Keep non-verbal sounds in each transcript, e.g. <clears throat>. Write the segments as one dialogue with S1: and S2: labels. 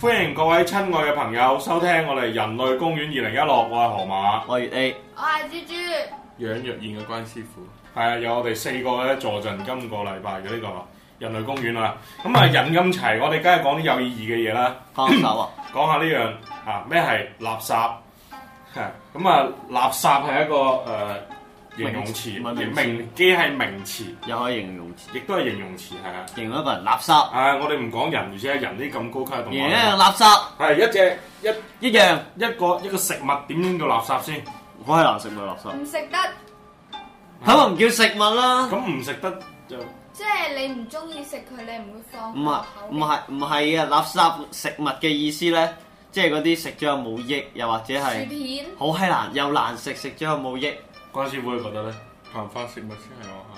S1: 歡迎各位親愛嘅朋友收聽我哋《人類公園二零一六》，我係河馬，
S2: 我月 A，
S3: 我係豬豬，
S4: 養若燕嘅關師傅，
S1: 係啊，有我哋四個咧坐陣今個禮拜嘅呢個人類公園啦。咁啊，人咁齊，我哋梗係講啲有意義嘅嘢啦。
S2: 幫手 <laughs> 啊！
S1: 講下呢樣啊，咩係垃圾？嚇咁啊，垃圾係一個誒、呃形容詞，
S2: 名詞唔係名詞
S1: 名既係名詞，
S2: 又可以形容詞，
S1: 亦都係形容詞，係啊。
S2: 形容一個人垃圾，
S1: 啊，我哋唔講人，而且係人呢咁高級嘅動
S2: 形容一個
S1: 物，
S2: 人垃圾
S1: 係一隻一
S2: 一樣，
S1: 一個一個食物點樣叫垃圾先？
S2: 好閪難食咪垃圾，
S3: 唔食得，
S2: 咁啊唔叫食物啦，
S1: 咁唔食得就
S3: 即係你唔中意食佢，你唔會放
S2: 唔係
S3: 落口嘅
S2: 唔係唔係啊！垃圾食物嘅意思咧，即係嗰啲食咗又冇益，又或者
S3: 薯
S2: 係
S3: 片，
S2: 好閪難又難食，食咗又冇益，
S1: 關師傅會覺得咧，
S4: 膨化食物先係我啊！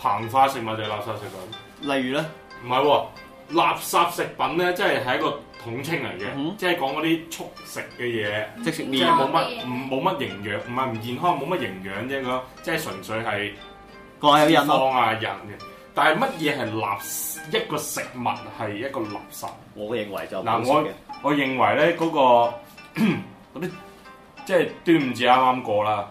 S1: 膨化食物就係垃圾食品，
S2: 例如咧，
S1: 唔係喎。垃圾食品咧，即係係一個統稱嚟嘅，
S2: 嗯
S1: 即係講嗰啲速食嘅嘢。
S2: 即食
S1: 即
S2: 麵
S1: 係冇乜唔冇乜營養，唔係唔健康，冇乜營養啫。嗰即係純粹係
S2: 各有人咯。
S1: 肪啊人嘅。但係乜嘢係垃圾一個食物係一個垃圾？
S2: 我認為就
S1: 嗱
S2: 冇食嘅
S1: 我認為咧嗰、個 <clears throat> 嗰啲即係端午節啱啱過啦，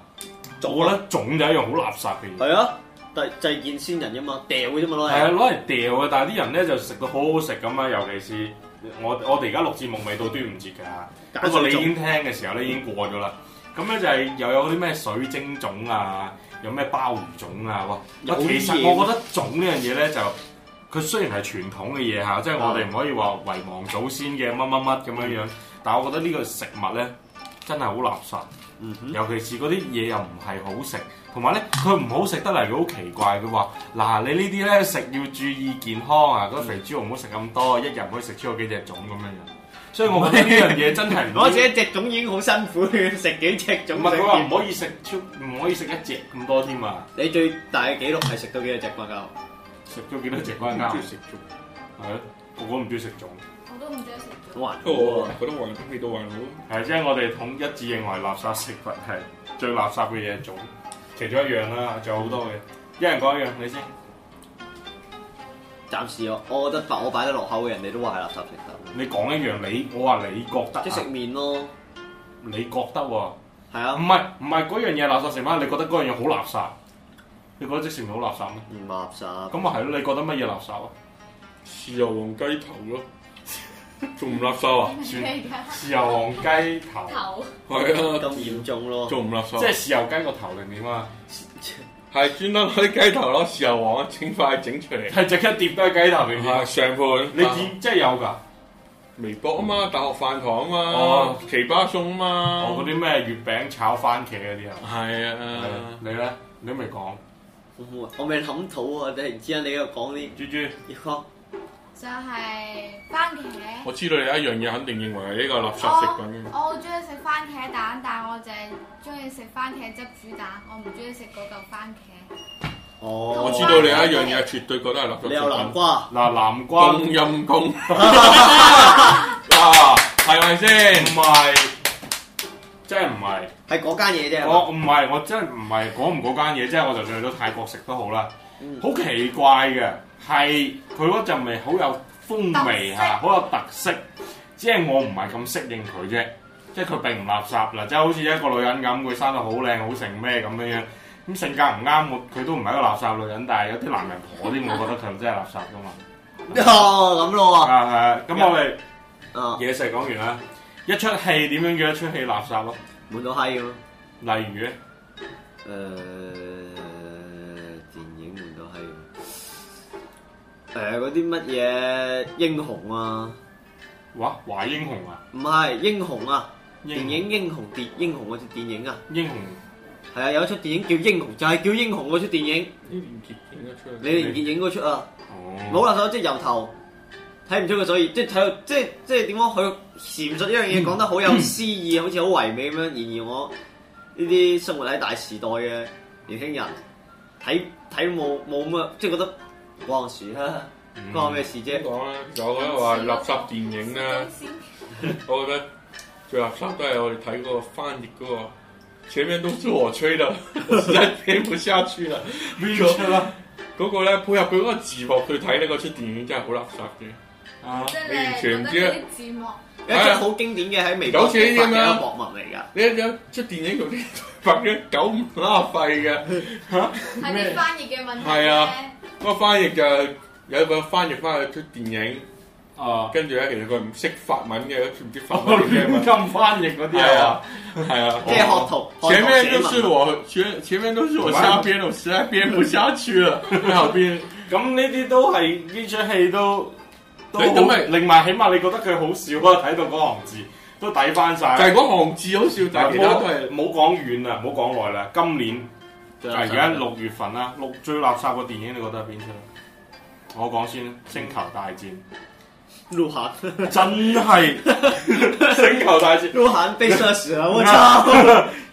S1: 我覺得粽就係一樣好垃圾嘅嘢。
S2: 係啊，但係就係見鮮人啫嘛，掉嘅啫嘛攞
S1: 係啊，
S2: 嚟，
S1: 攞嚟掉嘅，但係啲人咧就食到好好食咁啊！尤其是我我哋而家錄節目未到端午節㗎
S2: 揀
S1: 不過你已
S2: 水
S1: 經聽嘅時候咧已經過咗啦。咁咧就係又有啲咩水晶粽啊，有咩鮑魚粽啊，哇！
S2: 有
S1: 其
S2: 啲
S1: 實
S2: 嘢
S1: 我覺得粽呢樣嘢咧就佢雖然係傳統嘅嘢嚇，即係我哋唔可以話遺忘祖先嘅乜乜乜咁樣樣，但係我覺得呢個食物咧真係好垃圾。
S2: 嗯哼，
S1: 尤其是嗰啲嘢又唔係好食，同埋咧佢唔好食得嚟，佢好奇怪。佢話：嗱，你呢啲咧食要注意健康啊，嗰肥豬肉唔好食咁多，一日唔可以食超過幾隻粽咁樣樣。所以我覺得呢樣嘢真係唔
S2: 我
S1: 可
S2: 自
S1: 以，
S2: 己隻粽已經好辛苦， <laughs> 食幾隻粽
S1: 唔係佢話
S2: 食
S1: 唔可以食超，唔可以食一隻咁多添啊！
S2: 你最大嘅紀錄係食到幾多隻骨膠？
S1: 食咗幾多隻關
S4: 中
S1: 啱
S4: 意？
S2: 嗯
S4: 食粥，
S1: 係咯，個個唔中意食粽。
S3: 我都唔中意食
S2: 好
S3: 咗。
S2: 環
S4: 不過
S2: 保
S4: 我覺得還味道還好。
S1: 係即係我哋統一致認為垃圾食物係最垃圾嘅嘢粽，其中一樣啦，仲有好
S2: 嗯
S1: 多嘅。一人講一樣，你先。
S2: 暫時我我覺得擺我擺得落口嘅人，你都話係垃圾食品，
S1: 你講一樣，你我話你覺得啊，
S2: 即係食麵咯，
S1: 你覺得喎、唔
S2: 係啊，
S1: 係唔係嗰樣嘢垃圾食物，你覺得嗰樣嘢好垃圾？你覺得即食麵好垃圾咩？
S2: 唔嗯垃圾。
S1: 咁啊係咯，你覺得乜嘢垃圾啊？
S4: 豉油黃雞頭咯，仲唔垃圾啊？
S3: 咩㗎？
S1: 豉油黃雞頭，
S3: 頭
S4: 係
S2: 咁
S4: 啊，
S2: 嚴重咯，
S4: 仲唔垃圾
S1: 即係
S4: 啊？
S1: 豉油雞個頭定點啊？
S4: 係專登攞啲雞頭攞豉油黃整塊整出嚟，
S1: 係整一碟都係雞頭定
S4: 係
S1: 點？
S4: 啊
S1: 啊
S4: 上盤。
S1: 你見即係有㗎？
S4: 微博啊嘛，大學飯堂啊
S1: 哦
S4: 嘛，奇葩餸啊嘛。
S1: 我嗰啲咩月餅炒番茄嗰啲啊？
S4: 係
S1: 係
S4: 啊，
S1: 你咧？你都未講，
S2: 我
S4: 嗯
S2: 冇 <laughs> 我未諗到啊！突然之間你喺度講啲
S1: 豬豬
S2: 要講
S3: 就係番茄，
S4: 我知道你有一樣嘢肯定認為係呢個
S3: Ờ.
S4: 垃圾食品
S3: 我好中意食番茄蛋，但我就係中意食番茄汁煮蛋，我唔中意食嗰嚿番茄。
S2: 哦
S4: 我知道你有一樣嘢絕對覺得係垃圾食
S2: 你有南
S4: 品。
S2: 瓜，
S1: 嗱南瓜
S4: 冬陰功啊，係咪
S1: 唔
S4: 先？
S1: 係，真係唔係。
S2: 係嗰間嘢
S4: 哦
S2: 啫。
S1: 我唔係，我真係唔係講唔嗰間嘢，即係我就算去到泰國食都好啦，
S2: 嗯
S1: 好奇怪嘅，係佢嗰陣味好有風味
S3: 特色
S1: 嚇，好有特色，只係我唔係咁適應佢啫，即係佢並唔垃圾嗱，即係好似一個女人咁，佢生得好靚好成咩咁樣樣，咁性格唔啱我，佢都唔係一個垃圾女人，但係有啲男人婆啲，我覺得佢真係垃圾噶嘛，
S2: <laughs> 哦咁咯
S1: 啊係啊，咁我哋
S2: 喎，啊
S1: 嘢食講完啦，一出戲點樣叫一出戲垃圾咯？
S2: 滿到閪咁。
S1: 例如咧，
S2: 誒電影換到係誒嗰啲乜嘢英雄啊？
S1: 哇華英雄啊，
S2: 唔係英雄啊！
S1: 英
S2: 電
S1: 雄
S2: 影英雄電英雄嗰出電影啊，
S1: 英雄。
S2: 係啊，有一出電影叫英雄，就係、叫英雄嗰出電影，
S4: 呢連結影得出
S2: 李連杰影嗰出啊，
S1: 哦，
S2: 冇垃圾，即係由頭睇唔出佢所以，即係睇到，即係即係點講？佢闡述一樣嘢講得好有詩意，好似好唯美咁樣。然而我呢啲生活喺大時代嘅年輕人，睇睇冇冇乜，即係覺得關我事啦，
S1: 嗯
S2: 關我咩事啫
S4: 點？講咧？其實我覺得話垃圾電影咧，
S3: 新鮮
S4: 我覺得最垃圾都係我哋睇嗰個翻譯嗰個。前面都是我吹的， <laughs> 我實在聽不下
S2: <laughs>
S4: 去了。
S1: 邊出啦？
S4: 啊嗰個咧配合佢嗰個字幕去睇呢個出電影真係好垃圾嘅。
S1: 啊
S3: 即係
S4: 你完全唔
S3: 你
S4: 知
S3: 覺
S4: 啊
S3: 得嗰啲字幕
S2: 有一出好經典嘅喺微
S4: 有
S2: 博
S4: 錢
S2: 嘅
S4: 㗎嘛
S2: 博文嚟㗎。
S4: 你一出電影嗰啲 <laughs> 拍嘅狗唔拉肺嘅嚇
S3: 係啲翻譯嘅問題
S4: 係
S3: 啫
S4: 啊。個翻譯就有個翻譯翻去出電影，
S1: 啊！
S4: <laughs> 跟住咧其實佢唔識法文嘅，都唔知法文嘅
S1: 亂
S2: <laughs>
S4: 嘛。
S1: 咁翻譯嗰啲
S4: 哦係
S1: 啊
S4: 啊，，係啊，
S2: 即係學徒學
S4: 前
S2: 徒
S4: 面
S2: 寫
S4: 都是
S2: 文，
S4: 我前前面都是我瞎编的，我实在编不下去了，
S2: <laughs>
S4: 后边
S1: 咁呢啲都係呢出戲都都
S4: 你咁
S1: 好
S4: 咪，
S1: 另外起碼你覺得佢好笑啊，睇到嗰行字都抵翻晒。
S4: 就係嗰行字好笑，但係其他都係
S1: 冇講遠啦，冇講耐啦。今年就係而家
S2: 六
S1: 六月份啦，六最垃圾嘅電影你覺得係邊出？啊我講先啦，《星球大
S4: <laughs>
S1: 戰》
S2: 鹿晗，
S1: 真係 <laughs> 《星球大戰》
S2: 鹿晗被射死了，我
S1: 啊
S2: 操！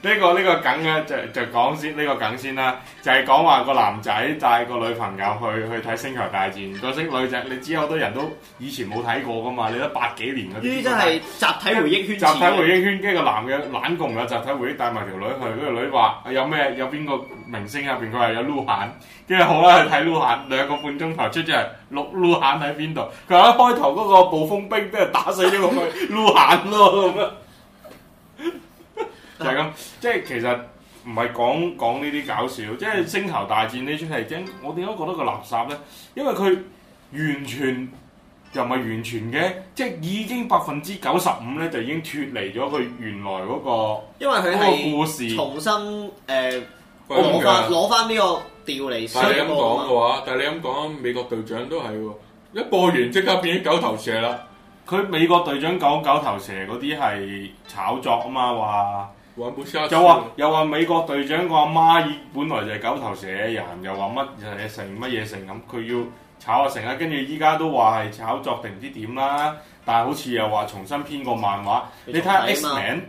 S1: 呢個呢個梗咧就就講先呢個梗先啦，就係講話個男仔帶個女朋友去去睇《星球大戰》，個星女仔你知好多人都以前冇睇過噶嘛，你都八幾年嗰
S2: 呢
S1: 啲。
S2: 啲真係集體回憶圈
S1: 集體回
S2: 憶。
S1: 憶圈，跟住個男嘅懶共啦，集體回憶帶埋條女去，跟住女話啊有咩有邊個明星入邊，佢話有鹿晗，跟住好啦去睇鹿晗，兩個半鐘頭出咗嚟，鹿鹿晗喺邊度？佢話一開頭嗰個暴風兵都係打死咗個佢鹿晗咯咁啊，就係咁，即係其實唔係講講呢啲搞笑，即係《星球大戰》呢出戲，點我點解覺得個垃圾咧？因為佢完全又唔係完全嘅，即係已經百分之九十五咧，就已經脱離咗佢原來嗰、個
S2: 因為佢
S1: 嗰個
S2: 係
S1: 故事。
S2: 重新誒
S4: 係
S2: 攞
S4: 咁
S2: 翻
S4: 嘅。
S2: 攞翻呢個調嚟
S4: 但係你
S2: 衰
S4: 咁
S2: 過
S4: 講
S2: 啊嘛
S4: 嘅話，但係你咁講美國隊長都係喎，一播完即刻變咗狗頭蛇啦，
S1: 佢美國隊長講狗頭蛇嗰啲係炒作啊嘛，話
S4: 玩本
S2: 啊
S4: 沙
S1: 又話又話美國隊長個阿媽已本來就係狗頭蛇嘅人，又話乜嘢成乜嘢成咁，佢要炒啊下成啦，跟住依家都話係炒作定唔知點啦，但係好似又話重新編過漫畫。你睇下 X
S2: 重睇啊嘛
S1: Man、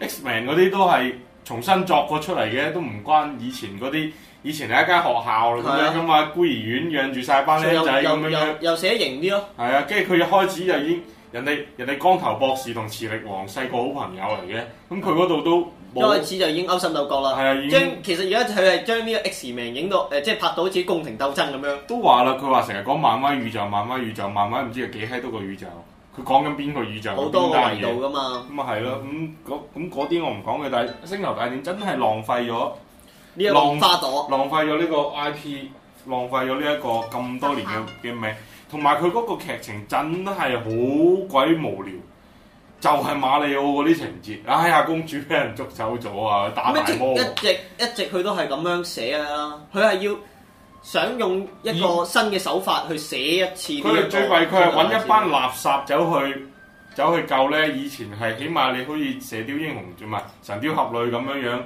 S1: X Man 嗰啲都係重新作過出嚟嘅，都唔關以前嗰啲。以前係一間學校咁
S2: 係啊
S1: 樣噶嘛，孤兒院養住晒班僆
S2: 又
S1: 仔咁
S2: 又
S1: 樣樣，
S2: 又又寫型啲咯，
S1: 係啊，跟住佢一開始就已經人哋人哋光頭博士同磁力王細個好朋友嚟嘅，咁佢嗰度都
S2: 一
S1: 冇
S2: 開始就已經勾心鬥角啦。
S1: 係啊，已經
S2: 將其實而家佢係將呢個 X 名影到呃誒，即係拍到好似宮廷鬥爭咁樣。
S1: 都話啦，佢話成日講漫威宇宙，漫威宇宙，漫威唔知有幾閪多個宇宙，佢講緊邊個宇宙
S2: 好多
S1: 邊
S2: 個
S1: 單
S2: 維
S1: 嘢
S2: 度，噶嘛。
S1: 咁啊係咯，咁嗰咁嗰啲我唔講嘅，但係星球大戰真係浪費咗。
S2: 呢一個
S1: 浪
S2: 花朵，
S1: 浪費咗呢個 IP，浪費咗呢一個咁多年嘅嘅命，同埋佢嗰個劇情真係好鬼無聊，就係、馬里奧嗰啲情節，哎呀公主俾人捉走咗啊，打
S2: 咁
S1: 大
S2: 一直
S1: 魔王，
S2: 一直一直佢都係咁樣寫㗎啦。佢係要想用一個新嘅手法去寫一次呢一個。
S1: 佢哋最弊佢係揾一班垃圾走去。走去救咧，以前係起碼你好似《射雕英雄》啫嘛，《神雕俠侶》咁樣樣，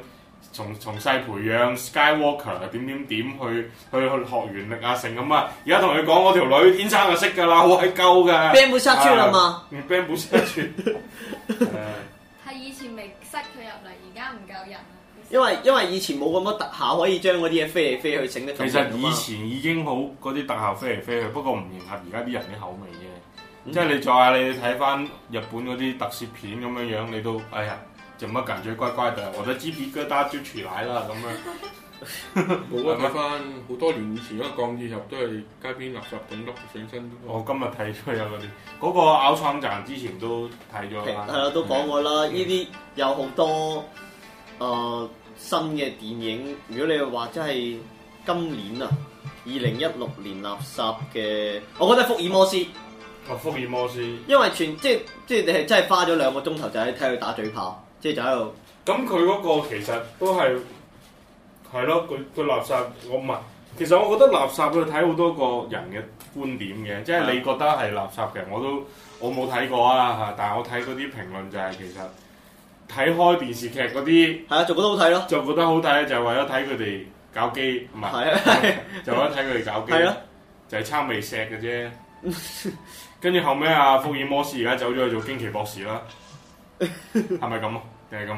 S1: 從從細培養 Skywalker 點點點去去去學原力啊成咁啊！而家同佢講我條女天生就識㗎啦，好閪鳩㗎。
S2: b a m b 殺出啦嘛。
S1: 唔 b a m b
S2: <laughs>
S1: 住。
S3: 係以前未塞佢入嚟，而家唔夠人啊。
S2: 因為因為以前冇咁多特效可以將嗰啲嘢飛嚟飛去整得咁啊
S1: 其
S2: 實
S1: 實以前已經好嗰啲特效飛嚟飛去，不過唔迎合而家啲人嘅口味啫。即
S2: 嗯
S1: 係你再嗌你睇翻日本嗰啲特攝片咁樣樣，你都哎呀，做乜感覺怪怪的，我的雞皮疙瘩就起來啦咁
S2: <laughs>
S1: 樣。
S4: 冇啊！睇翻好多年以前嗰個鋼鐵俠都係街邊垃圾桶笠上身㗎嘛
S1: 我今日睇咗有嗰啲，嗰、個咬創站之前都睇咗啦。
S2: 係啦，都講過啦。呢
S1: 嗯
S2: 啲有好多誒、呃新嘅電影，如果你話真係今年啊，二零一六年垃圾嘅，我覺得係福爾摩斯，
S1: 哦福爾摩斯，
S2: 因為全即即你係真係花咗兩個鐘頭就喺睇佢打嘴炮，即係就喺度
S1: 咁佢嗰個其實都係係咯，佢佢垃圾，我唔係。其實我覺得垃圾佢睇好多個人嘅觀點嘅，即係你覺得係垃圾嘅，我都我冇睇過啊嚇，但係我睇嗰啲評論就係、其實睇開電視劇嗰啲
S2: 係啊，做個都好睇咯，
S1: 就覺得好睇，就係為咗睇佢哋搞基，唔係
S2: 係啊， <laughs>
S1: <laughs> 就為咗睇佢哋搞基，
S2: 係啊，
S1: 就係撐未石嘅啫。
S2: <laughs>
S1: 跟住後尾啊，福爾摩斯而家走咗去做驚奇博士啦，係咪咁啊？定係咁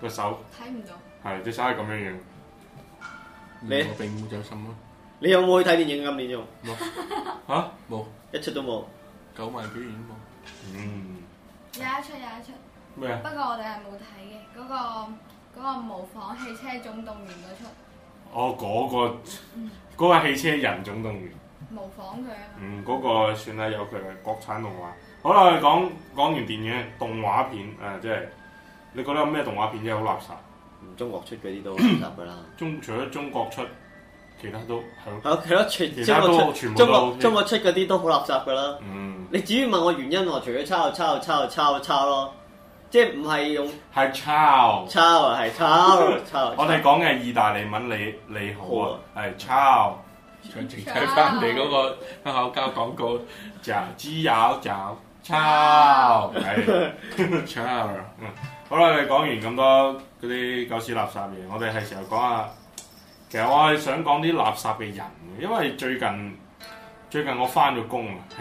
S1: 個手
S3: 睇唔到，
S1: 係隻手係咁樣樣。
S2: 你
S4: 我並冇走心咯，
S2: 你有冇去睇電影啊今年仲啊
S4: 冇
S2: 一出都冇？
S4: 九萬表演
S2: <laughs>
S4: 冇。
S1: 嗯，
S3: 有一出有一出，
S1: 咩啊？
S3: 不過我哋係冇睇嘅。嗰、個嗰、個模仿汽車總動員嗰出，
S1: 哦，嗰、個嗰、個汽車人總動員，
S3: 模仿佢啊嘛。
S1: 嗯，嗰、個算啦，有佢嘅國產動畫。好啦，講講完電影，動畫片誒、即係你覺得有咩動畫片真係好垃圾？
S2: 唔中國出嗰啲
S1: <coughs>
S2: 都垃圾噶啦。
S1: 中除咗中國出，其他都係
S2: 係咯，其實
S1: 其
S2: 中
S1: 他都
S2: 國
S1: 全
S2: 出
S1: 部
S2: 中
S1: 都
S2: 國
S1: OK
S2: 中國出嗰啲都好垃圾噶啦。
S1: 嗯
S2: 你至於問我原因喎，除咗抄就抄就抄就抄就抄咯，即係唔係用
S1: 係抄。
S2: 抄啊，係
S1: <laughs>
S2: 抄抄。啊
S1: 我哋講嘅意大利文你你好
S2: 好
S1: 啊
S2: 啊，
S1: 係抄
S4: 詳情睇翻你嗰個 <laughs> 香口膠廣告，
S1: 就知有就抄係抄。嗯好啦，你講完咁多嗰啲狗屎垃圾嘢，我哋係時候講下。其實我係想講啲垃圾嘅人嘅，因為最近最近我翻咗工啊， <laughs>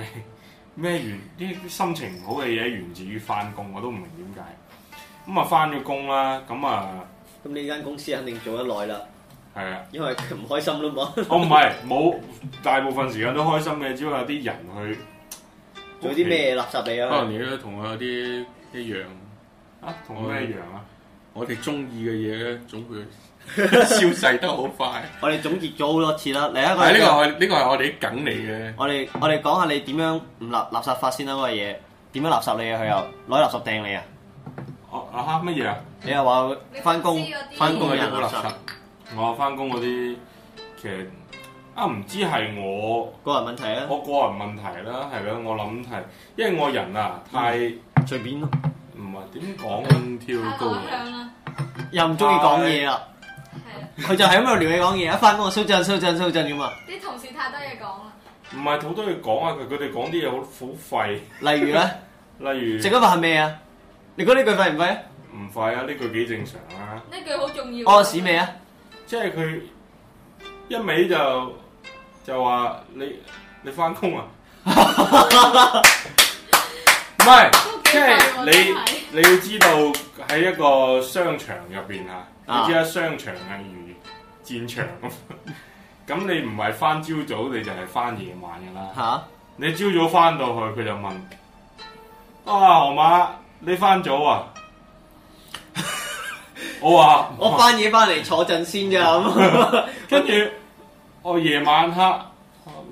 S1: 咩原啲心情唔好嘅嘢源自於翻工，我都唔明點解。咁啊翻咗工啦，咁啊
S2: 咁呢間公司肯定做得耐啦，
S1: 係啊。
S2: 因為佢唔開心啦嘛。
S1: 我唔係冇 <laughs> 大部分時間都開心嘅，只不過有啲人去
S2: 做啲咩垃圾嚟
S4: 可
S2: 啊？
S4: 能你都同我有啲一樣。
S1: 啊，同我咩一樣啊？
S4: 我哋中意嘅嘢咧，總會
S2: <laughs>
S4: 消逝得好快。
S2: 我哋總結咗好多次啦，嚟啊一
S4: 係呢個
S2: 個，
S4: 係呢個係我哋啲梗嚟嘅。
S2: 我哋我哋講下你點樣唔垃垃圾法先啦嗰個嘢，點樣垃圾你啊？佢又攞垃圾掟你啊！
S1: 哦啊哈乜嘢啊？
S2: 你又話佢翻工
S3: 你公司啊嗰啲
S2: 翻工嘅
S4: 係
S2: 人
S4: 好
S2: 垃
S4: 垃
S2: 圾
S4: 圾，，
S1: 我翻工嗰啲其實啊，唔知係我
S2: 個人問題啊，
S1: 我個人問題啦，係咯，我諗係因為我人啊太唔
S2: 隨便咯，
S1: 係點講啊
S4: 蹦跳
S3: 太
S4: 高
S3: 內
S4: 啊！
S3: 向啦，
S2: 又唔中意講嘢啦。
S3: 係啦，
S2: 佢就係咁喺度撩你講嘢，一翻工就蘇震蘇震蘇震咁啊！
S3: 啲同事太多嘢講啦，
S1: 唔係好多嘢講啊，佢佢哋講啲嘢好好廢，
S2: 例如咧，
S1: 例
S2: 食
S1: 如
S2: 咗飯未啊？你覺得呢句廢唔廢啊？
S1: 唔廢啊，呢句幾正常啊，
S3: 呢句好重要。
S2: 屙屎未？啊？
S1: 即係佢一味就就話你你翻工啊，唔係。即係
S3: 都幾廢喎真係
S1: 你你要知道喺一個商場入邊嚇，
S2: 啊
S1: 你知啦，商場例如戰場咁， <laughs> 咁你唔係翻朝早，你就係翻夜晚噶啦。
S2: 嚇！
S1: 你朝早翻到去，佢就問：啊，河馬，你翻早啊？我話
S2: 我翻嘢翻嚟坐陣先咋咁，
S1: 跟住我夜晚黑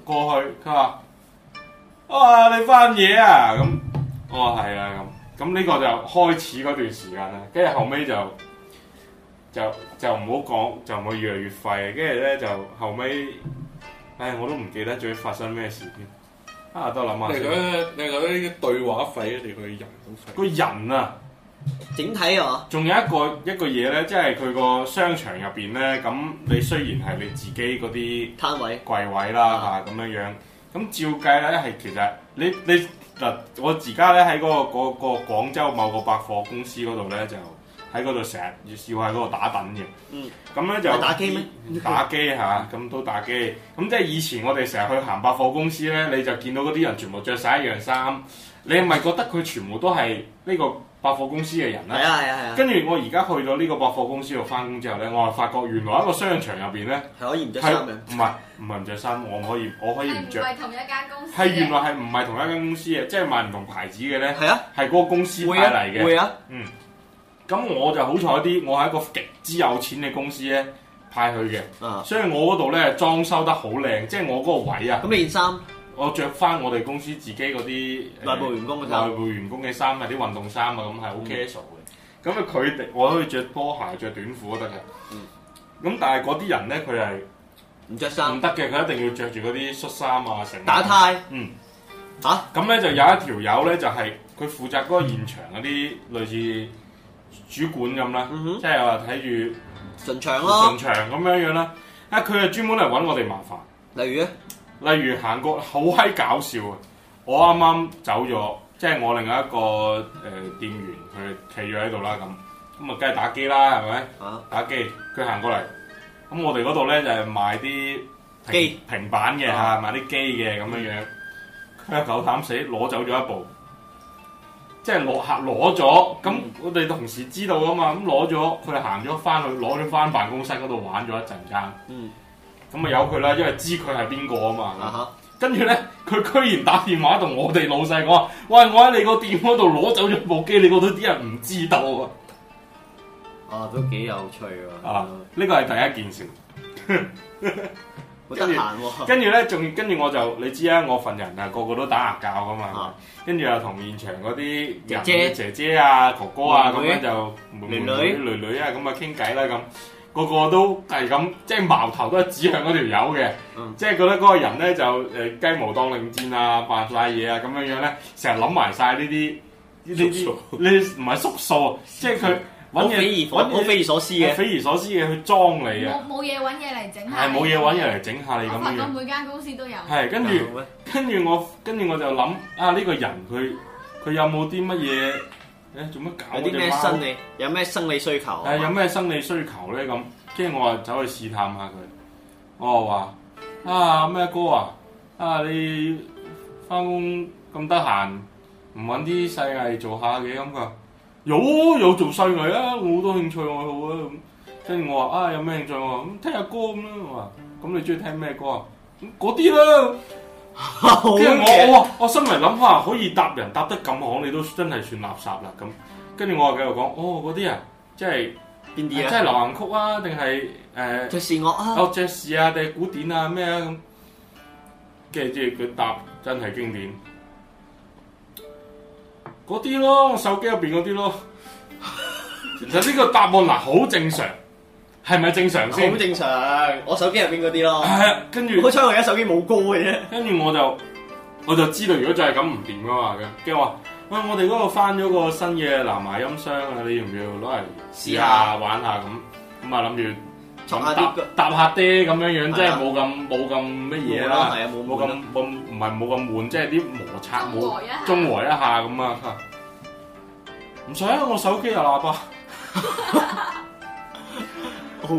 S1: 過去，佢話：啊，你翻嘢啊？咁我話係啊咁。咁呢個就開始嗰段時間啦，跟住後尾就就就唔好講，就唔會越嚟越廢。跟住咧就後尾，唉，我都唔記得最發生咩事添。啊，得諗下
S4: 你
S1: 先。
S4: 覺得你覺得呢啲對話費定佢人好
S1: 個人啊〜
S2: 整體啊
S1: 仲有一個一個嘢咧，即係佢個商場入邊咧，咁你雖然係你自己嗰啲
S2: 嘛攤位
S1: 櫃位
S2: 啊
S1: 啦嚇啊咁樣樣，咁照計咧係其實你你嗱，我而家咧喺嗰個嗰、個廣州某個百貨公司嗰度咧就。喺嗰度成日要喺嗰度打躉嘅，
S2: 嗯
S1: 咁咧就
S2: 係打機咩
S1: 打機嚇，咁都打機。咁即係以前我哋成日去行百貨公司咧，你就見到嗰啲人全部着晒一樣衫，你係咪覺得佢全部都係呢個百貨公司嘅人咧
S2: 係？啊係啊係啊，
S1: 跟住我而家去咗呢個百貨公司度翻工之後咧，我係發覺原來一個商場入邊咧
S2: 係可以唔着衫
S1: 係
S2: 嘅，
S1: 唔係唔係唔着衫，我可以我可以
S3: 係
S1: 唔
S3: 唔
S1: 着，
S3: 係同一間公司嘅？
S1: 係原來係唔係同一間公司嘅，即係賣唔同牌子嘅咧，
S2: 係啊
S1: 係嗰個公司
S2: 會
S1: 派
S2: 啊
S1: 嚟嘅。
S2: 會啊，
S1: 咁我就好彩啲，我係一個極之有錢嘅公司咧派去嘅，
S2: 啊
S1: 所以我嗰度咧裝修得好靚，即係我嗰個位啊，
S2: 咁你件衫
S1: 我着翻我哋公司自己嗰啲
S2: 內部員工嘅衫
S1: 內部員工嘅衫啊，啲運動衫啊，咁係好 casual 嘅。咁啊，佢哋我可以着波鞋、着短褲都得嘅。
S2: 嗯
S1: 咁但係嗰啲人咧，佢係
S2: 唔着
S1: 唔
S2: 衫
S1: 得嘅，佢一定要着住嗰啲恤衫啊，成
S2: 打。呔，
S1: 嗯
S2: 嚇
S1: 咁咧就有一條友咧，就係佢負責嗰個現場嗰啲類似主管咁啦，
S2: 嗯哼
S1: 即係話睇住
S2: 順暢咯
S1: 順，場咁樣樣啦。啊，佢係專門嚟揾我哋麻煩。
S2: 例如咧
S1: 例如行過好閪搞笑啊！我啱啱走咗，即係我另外一個誒、呃店員，佢企咗喺度啦咁，咁啊梗係打機啦，係咪？
S2: 啊
S1: 打機，佢行過嚟，咁我哋嗰度咧就係賣啲平
S2: 機
S1: 平板嘅嚇，
S2: 啊
S1: 賣啲機嘅咁樣樣，佢夠膽死攞走咗一部，即係攞客攞咗，咁
S2: 嗯
S1: 我哋同事知道啊嘛，咁攞咗佢行咗翻去，攞咗翻辦公室嗰度玩咗一陣間，
S2: 嗯
S1: 咁啊由佢啦，因為知佢係邊個啊嘛。
S2: 啊哈，
S1: 跟住咧，佢居然打電話同我哋老細講話：，喂，我喺你個店嗰度攞走咗部機，你嗰度啲人唔知道啊！
S2: 啊都幾有趣喎，
S1: 啊，呢個係第一件事。
S2: 好得閒喎。
S1: 跟住咧，仲跟住我就你知啊，我份人啊個個都打牙教噶嘛
S2: 啊，
S1: 跟住又同現場嗰啲人
S2: 姐姐
S1: 姐姐啊、哥哥啊咁
S2: 妹妹
S1: 樣就妹
S2: 女
S1: 妹女女啊咁啊傾偈啦咁，個個都係咁，即係矛頭都係指向嗰條友嘅，
S2: 嗯
S1: 即係覺得嗰個人咧就誒雞毛當令箭啊、扮晒嘢啊咁樣樣咧，成日諗埋晒呢啲呢啲
S4: 縮
S1: 呢啲唔係縮數啊，即係
S2: <laughs>
S1: 佢
S2: 好
S1: 揾
S2: 匪夷
S1: 嘢
S2: 所
S1: 揾
S2: 好
S1: 嘢
S2: 匪夷所思
S1: 係
S2: 嘅。
S1: 匪夷所思嘅去裝你啊，
S3: 冇冇嘢揾嘢嚟整下
S1: 係
S3: 你，
S1: 冇嘢揾嘢嚟整下你咁
S3: 我
S1: 樣
S3: 發覺
S1: 樣，
S3: 每間公司都有。
S1: 係跟住。
S2: 咁咧
S1: 跟住我，跟住我就諗啊，呢、個人佢佢有冇啲乜嘢？誒做乜搞
S2: 有
S1: 嗰
S2: 啲
S1: 只
S2: 咩
S1: 貓
S2: 生？理有咩生理需求
S1: 誒有
S2: 啊？
S1: 咩生理需求咧？咁跟住我就走去試探下佢。我話啊咩哥啊，啊你翻工咁得閒，唔揾啲細藝做下嘅咁佢話有有做細藝啊，我好多興趣愛好啊咁。跟住我話啊有咩興趣愛好？咁聽下歌咁啦。我話咁你中意聽咩歌啊？咁嗰啲啦。
S2: <laughs> 好
S1: 跟住我
S2: 嘅，
S1: 我話我心嚟諗下，可以答人答得咁好，你都真係算垃圾啦咁。跟住我又繼續講，哦嗰啲啊，即係
S2: 邊
S1: 即
S2: 啲啊？
S1: 係流行曲啊，定係誒
S2: 爵士樂啊，
S1: 哦爵士啊，定係古典啊咩啊咁。跟住之後佢答真係經典，嗰啲咯，我手機入邊嗰啲
S2: <laughs>
S1: 咯。其實呢個答案嗱好正常，係咪正常先
S2: 好？正常。我手機入邊嗰啲咯。
S1: 係啊跟住
S2: 好彩我而家手機冇歌嘅啫。
S1: 跟住我就我就知道，如果再係咁唔掂噶嘛，跟住我話喂，我哋嗰度翻咗個新嘅藍牙音箱啊，你要唔要攞嚟試
S2: 試下
S1: 下玩下咁？咁啊諗住
S2: 戳下
S1: 搭
S2: 啲腳
S1: 搭下爹咁樣
S2: 係啊
S1: 樣，即係冇咁冇咁乜嘢
S2: 啦，
S1: 啦，
S2: 係啊，冇
S1: 冇
S2: 冇
S1: 咁
S2: 咁。
S1: 冇唔係冇咁悶，即係啲摩擦
S3: 中
S1: 冇
S3: 和一下，
S1: 中和一下咁啊。佢話唔使啊，我手機有喇叭。跟住我
S2: 好嘢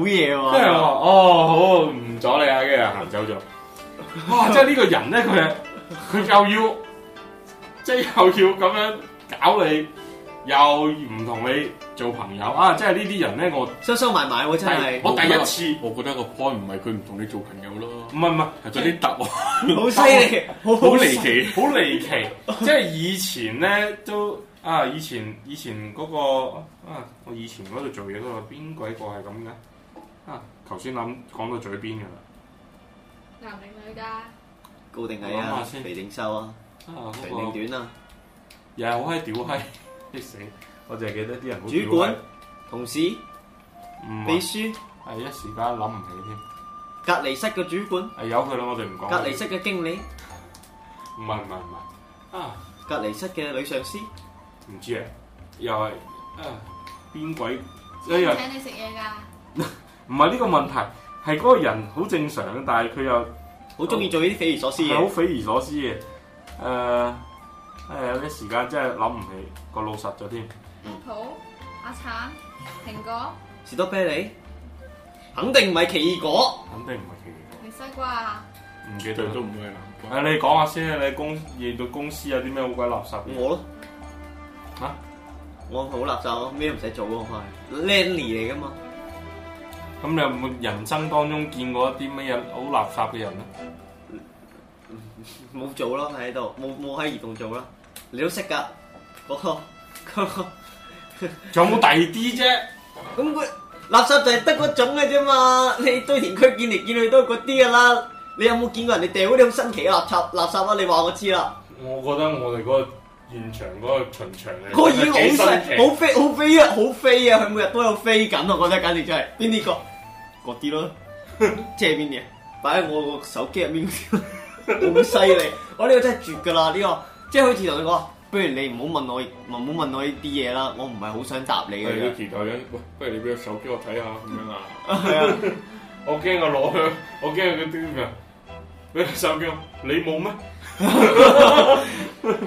S2: 喎。
S1: 話哦好唔阻你啊，跟住行走咗。哇！即係呢個人咧，佢係佢又要即係又要咁樣搞你，又唔同你做朋友啊！即係呢啲人咧，我
S2: 收收埋埋喎，真係。
S1: 我第一次
S4: 我覺得個 point 唔係佢唔同你做朋友咯，
S1: 唔係唔係
S4: 係嗰啲答案好
S2: 好犀利，好好
S4: 離奇。
S1: 好離奇，即係以前咧都啊，以前以前嗰、個啊，我以前嗰度做嘢嗰個邊鬼個係咁嘅啊？頭先諗講到嘴邊㗎啦。
S3: 男定女㗎？
S2: 高定矮
S1: 我諗
S2: 啊
S1: 下，先
S2: 肥定瘦啊，
S1: 啊嗰個
S2: 長定短啊，
S1: 又係好閪屌閪， <laughs> 激死！我淨係記得啲人好屌閪
S2: 主管、同事、
S1: 唔
S2: 秘
S1: 係
S2: 書、
S1: 係一時間諗唔起添。
S2: 隔離室嘅主管、
S1: 係由佢啦，我哋唔講。
S2: 隔離室嘅經理、
S1: 唔係唔係唔係啊，
S2: 隔離室嘅女上司，
S1: 唔知啊，又係啊邊鬼？哎呀，
S3: 請你食嘢㗎？
S1: 唔係呢個問題，係嗰個人好正常，但係佢又
S2: 好中意做呢啲匪夷所思
S1: 係好
S2: 嘢。
S1: 匪夷所思嘅。誒誒有啲時間真係諗唔起，個老實咗添。
S3: Apple、阿橙、蘋果、
S2: 士多啤梨，肯定唔係奇異果。
S1: 肯定唔係奇
S3: 你西瓜，
S1: 怪，唔記
S4: 其
S1: 得
S4: 實都
S1: 咗。
S4: 唔會係南瓜。
S1: 誒你講下先啊，你公遇到公司有啲咩好鬼垃圾嘅？
S2: 我咯，
S1: 嚇
S2: 我好垃圾，我咩都唔使做咯，我係 Lenny 嚟噶嘛。
S1: 咁你有冇人生當中見過一啲乜嘢好垃圾嘅人啊咧？
S2: 冇做咯喺度，冇冇喺移動做啦。你都識噶，嗰、個嗰個
S1: 仲有冇第二啲啫？
S2: 咁佢垃圾就係得嗰種嘅啫嘛。你堆填區見嚟見去都係嗰啲噶啦。你有冇見過人哋掉嗰啲好新奇嘅垃圾垃圾啊？你話我知啦，
S1: 我覺得我哋嗰個現場嗰個巡場咧，
S2: 嗰個已經好
S1: 幾新
S2: 細，
S1: 奇
S2: 好飛，好飛啊，好飛啊！佢每日都有飛緊啊，我覺得簡直真係邊啲個嗰啲咯，即係邊啲啊？擺喺我個手機入面，好犀利！我呢個真係絕噶啦，呢、個即係好似同你講，不如你唔好問我，唔好問我呢啲嘢啦，我唔係好想答你嘅
S4: 係
S2: 啫
S4: 都。期待緊，喂，不如你俾個手機我睇下咁樣 <laughs> 啊？
S2: 係啊，
S1: 我驚我攞 <laughs> 佢，我驚佢啲咩？你手機，你冇 <laughs> 咩？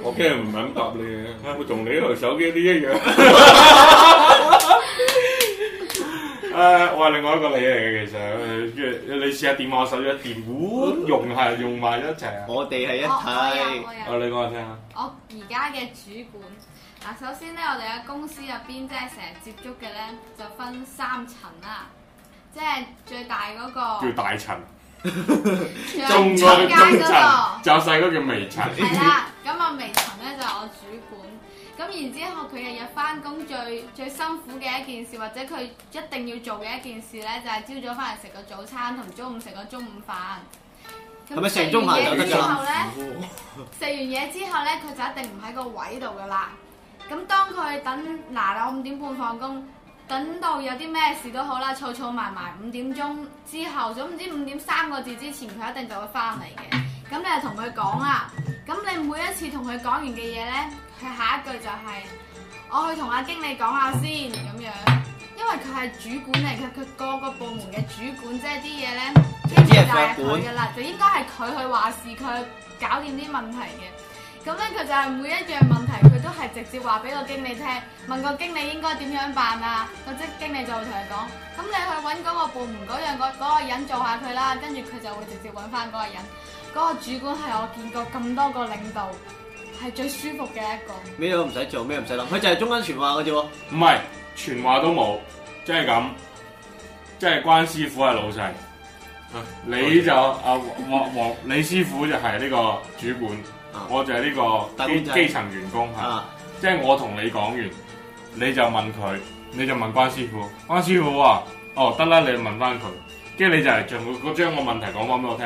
S4: 我驚唔肯答你 <laughs> 嘅，我同你台手機都一 <laughs> 樣。
S1: 誒、我係另外一個你嚟嘅，其實誒跟住你試下掂我手一掂，嗚，用下用埋一齊啊！
S3: <laughs>
S2: 我哋係一
S3: 我我有
S2: 體
S3: 我有。
S1: 啊，你講我聽下，
S3: 我而家嘅主管嗱，首先咧，我哋喺公司入邊即係成日接觸嘅咧，就分三層啦，即係最大嗰、個，
S1: 叫大塵，
S3: 哦仲有
S1: 中
S3: 中
S1: 嗰
S3: 間
S1: 叫中
S3: 嗰、
S1: 塵，就細嗰個叫微塵。
S3: 個，係啦。咁啊，微層咧就係我主管，咁然之後佢日日翻工最最辛苦嘅一件事，或者佢一定要做嘅一件事咧，就係朝早翻嚟食個早餐，同中午食個中午飯。
S2: 係咪食完中午飯就
S3: 食
S2: 得
S3: 完嘢
S2: 㗎
S3: 之
S2: 啦
S3: 後咧？食完嘢之後咧，佢就一定唔喺個位度噶啦。咁當佢等嗱嗱五點半放工，等到有啲咩事都好啦，儲儲埋埋五點鐘之後，總唔知五點三個字之前，佢一定就會翻嚟嘅。咁你就同佢講啦。咁你每一次同佢講完嘅嘢咧，佢下一句就係、我去同阿經理講下先咁樣，因為佢係主管嚟嘅，佢個個部門嘅主管，即係啲嘢咧，基本就係佢嘅啦，就應該係佢去話事，佢搞掂啲問題嘅。咁咧佢就係每一樣問題，佢都係直接話俾個經理聽，問個經理應該點樣辦啊，個職經理就會同佢講，咁你去揾嗰個部門嗰樣嗰嗰個人做下佢啦，跟住佢就會直接揾翻嗰個人。嗰、個主管係我見過咁多個領導係最舒服嘅一個。
S2: 咩都唔使做，咩都唔使諗，佢就係中間傳話嘅啫喎。
S1: 唔係傳話都冇，即係咁，即係關師傅係老細，
S2: 啊
S1: 你就阿黃黃李師傅就係呢個主管，
S2: 啊
S1: 我就係呢個
S2: 打
S1: 基
S2: 工仔
S1: 基層員工嚇。
S2: 啊，
S1: 即係我同你講完，你就問佢，你就問關師傅，關師傅啊，哦得啦，你問翻佢，跟住你就嚟將佢將個問題講翻俾我聽，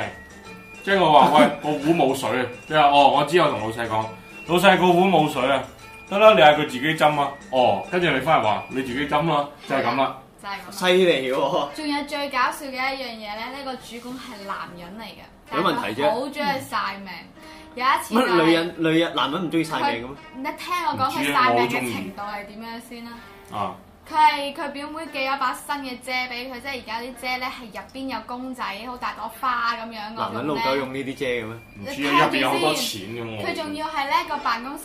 S1: 即係我
S3: <laughs>
S1: 話喂個壺冇水啊，你話哦我知我同老細講，老細個壺冇水啊，得啦，你嗌佢自己斟啊，哦跟住你翻嚟話你自己斟啦，就係咁啦，
S3: 就係咁
S2: 犀
S3: 啦。
S2: 利喎！
S3: 仲有最搞笑嘅一樣嘢咧，呢、個主管係男人嚟嘅，但
S2: 有
S3: 係
S2: 問題啫
S3: 佢好中意晒命。有一次就
S2: 乜女
S3: 係，
S2: 人女人男人唔中意晒命嘅咩？
S3: 你聽我講佢晒命嘅程度係點樣先啦。
S1: 啊
S3: 佢係佢表妹寄咗把新嘅遮俾佢，即係而家啲遮咧係入邊有公仔，好大朵花咁樣
S2: 男
S3: 嗰
S2: 人老
S3: 種
S2: 狗
S3: 咧。
S2: 用呢啲遮嘅咩？
S1: 唔知啊，入邊有好多錢咁我，
S3: 佢仲要係咧個辦公室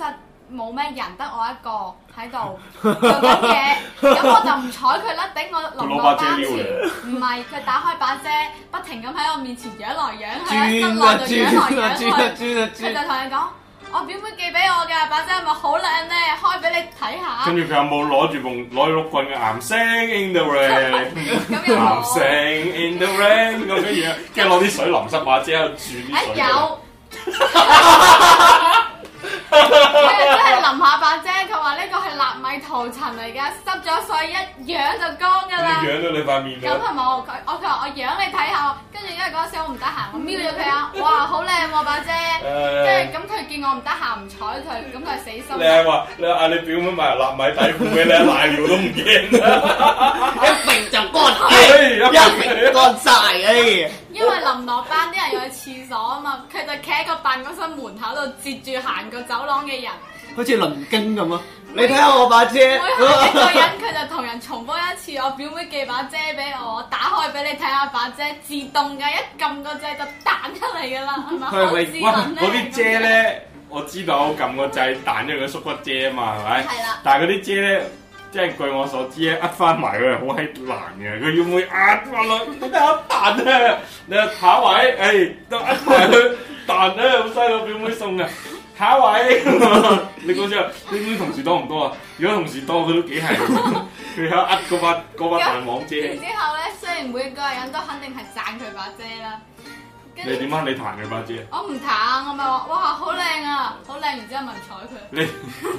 S3: 冇咩人，得我一個
S2: <laughs>
S3: 喺度做緊嘢，咁我就唔睬佢啦，頂我
S1: 佢
S3: 臨
S1: 攞
S3: 落
S1: 把遮
S3: 班
S1: 撩
S3: 前，唔係佢打開把遮，不停咁喺我面前揚來揚去，喺室
S2: 轉啊
S3: 內就
S2: 轉
S3: 揚
S2: 啊轉
S3: 來
S2: 啊轉
S3: 揚
S2: 啊
S3: 去，
S2: 轉啊
S3: 佢
S2: 轉
S3: 就！同你講：我表妹寄俾我嘅把遮係咪好靚咧？開俾你睇下
S1: 跟。住佢有冇攞住埲攞住碌棍嘅岩聲 in the rain？
S3: 咁又
S1: 男
S3: 冇
S1: 性 in the rain 咁樣樣，跟住攞啲水淋濕把遮，轉啲
S3: 誒
S1: 水。
S3: 哎有。佢真係淋下把遮，佢話呢個係納米塗層嚟㗎，濕咗水一樣就乾㗎啦
S1: 你。養到你塊面
S3: 咁
S1: 啊！
S3: 係冇佢，我佢話我樣你睇下，跟住因為嗰陣時我唔得閒，我瞄咗佢啊，哇好靚喎把遮，
S1: 誒
S3: 跟，住咁佢見我唔得閒唔睬佢，咁啊佢死
S1: 你
S3: 心。
S1: 係話你嗌你表妹買納米底褲俾你，瀨尿都唔驚
S2: 一
S3: <laughs>
S2: 揈就乾
S1: 啊！
S2: 一揈乾晒，哎！
S3: 因為臨落班啲人要去廁所啊嘛，佢就企喺個辦公室門口度截住行過走廊嘅人，
S2: 好似輪經咁啊！你睇下我把遮，
S3: 每行一個人佢就同人重複一次，我表妹寄把遮俾我，打開俾你睇下把遮，自動㗎，一撳個掣就彈出
S1: <laughs>
S3: 嚟㗎啦，係咪？
S2: 佢係咪
S1: 喂，
S3: 好自信咧
S1: 嗰啲遮，咧，我知道撳個掣彈咗佢縮骨遮啊嘛，係咪？
S3: 係啦。
S1: 但係嗰啲遮咧，即係據我所知咧，呃翻埋佢係好閪難嘅，佢要唔會呃翻落？你呃彈咧，你話下一位，誒、都呃埋佢彈咧，好犀利，表妹送嘅。下一位，你講咗，你啲同事多唔多啊？如果同事多，佢都幾係，佢有呃嗰把嗰把彈網遮。
S3: 然之後咧，雖然每個人都肯定係讚佢把遮啦，跟
S1: 你
S3: 住
S1: 點啊？你彈佢把遮？
S3: 我唔彈，我咪話哇好靚啊，好靚，然之後咪唔睬
S1: 你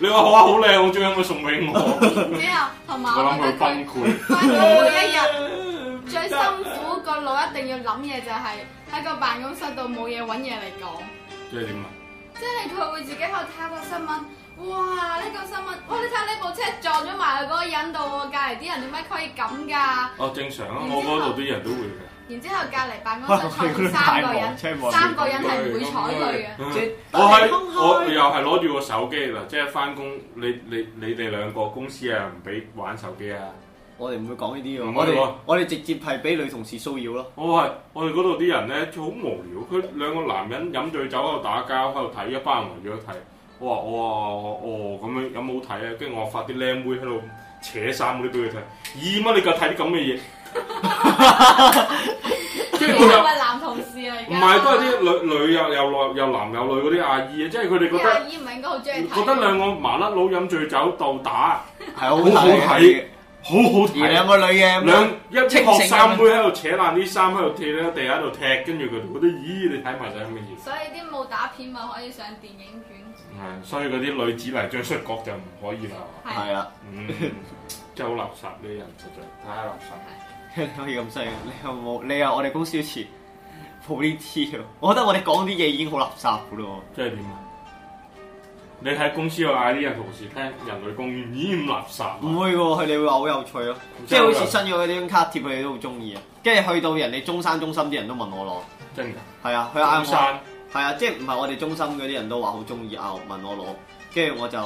S1: 你話好啊，好靚，好中意，可唔可以送俾我？
S3: 佢。之後同埋
S1: 我
S3: 我
S1: 諗佢
S3: 覺得佢
S1: 崩潰。
S3: 翻工每一日最辛苦個腦一定要諗嘢，就係喺個辦公室度冇嘢揾嘢嚟講。
S1: 即係點啊？
S3: 即係佢會自己喺度睇個新聞，哇！呢、個新聞，哇！你睇下呢部車撞咗埋去嗰個人度喎，隔離啲人點解可以咁㗎？
S1: 哦，正常啊，我嗰度啲人都會嘅。
S3: 然之後隔離
S2: <laughs>
S3: 辦
S1: <laughs>
S3: 公室坐咗三個人，三個人係唔會睬佢嘅。
S2: 嗯
S1: 我喺我又係攞住個手機啦，即係翻工，你你你哋兩個公司啊唔俾玩手機啊！
S2: 我哋唔會講呢啲
S1: 唔
S2: 喎，
S1: 可
S2: 我
S1: 以喎
S2: 哋我哋直接係俾女同事騷擾咯。
S1: 我係我哋嗰度啲人咧好無聊，佢兩個男人飲醉酒喺度打交，喺度睇，一班人圍住睇。我話我話哦咁樣有冇睇啊？跟住我發啲靚妹喺度扯衫嗰啲俾佢睇，咦乜你夠睇啲咁嘅嘢？跟
S3: <laughs>
S1: 住我
S3: 係
S1: 又
S3: 咪男同事啊？而
S1: 唔
S3: 家
S1: 係都係啲女女又又內又男又女嗰啲阿姨啊，即係佢哋覺
S3: 啲阿
S1: 得
S3: 姨唔係應該好中意睇。
S1: 覺得兩個麻甩佬飲醉酒鬥打。
S2: 係好
S1: 好好睇啊好好
S2: 而兩個女嘅
S1: 兩一
S2: 清
S1: 學
S2: 醒
S1: 生
S2: 咁
S1: 妹喺度扯爛啲衫，喺度踢喺地下喺度踢，跟住佢哋覺得咦，你睇埋晒咁嘅嘢。
S3: 所以啲武打片咪可以上電影院。
S1: 係，所以嗰啲女子嚟張摔角就唔可以啦。
S3: 係
S2: 係啊啦，
S1: 嗯， <laughs> 真係好垃圾呢啲人，實在太垃圾。
S2: 啊你可以咁犀利，你有冇？你啊有我哋公司好似冇呢啲喎。我覺得我哋講啲嘢已經好垃圾噶咯
S1: 即係點啊？你喺公司度嗌啲人同事聽人類公園，咦咁垃圾
S2: 喎。唔
S1: 啊！
S2: 會喎，佢哋會話好有趣咯，嗯即係好似新嘅嗰張卡貼，佢哋都好中意啊。跟住去到人哋中山中心啲人都問我
S1: 真㗎，
S2: 攞，係啊，佢
S1: 中
S2: 啱我。
S1: 山
S2: 係啊，即係唔係我哋中心嗰啲人都話好中意拗問我攞，跟住我就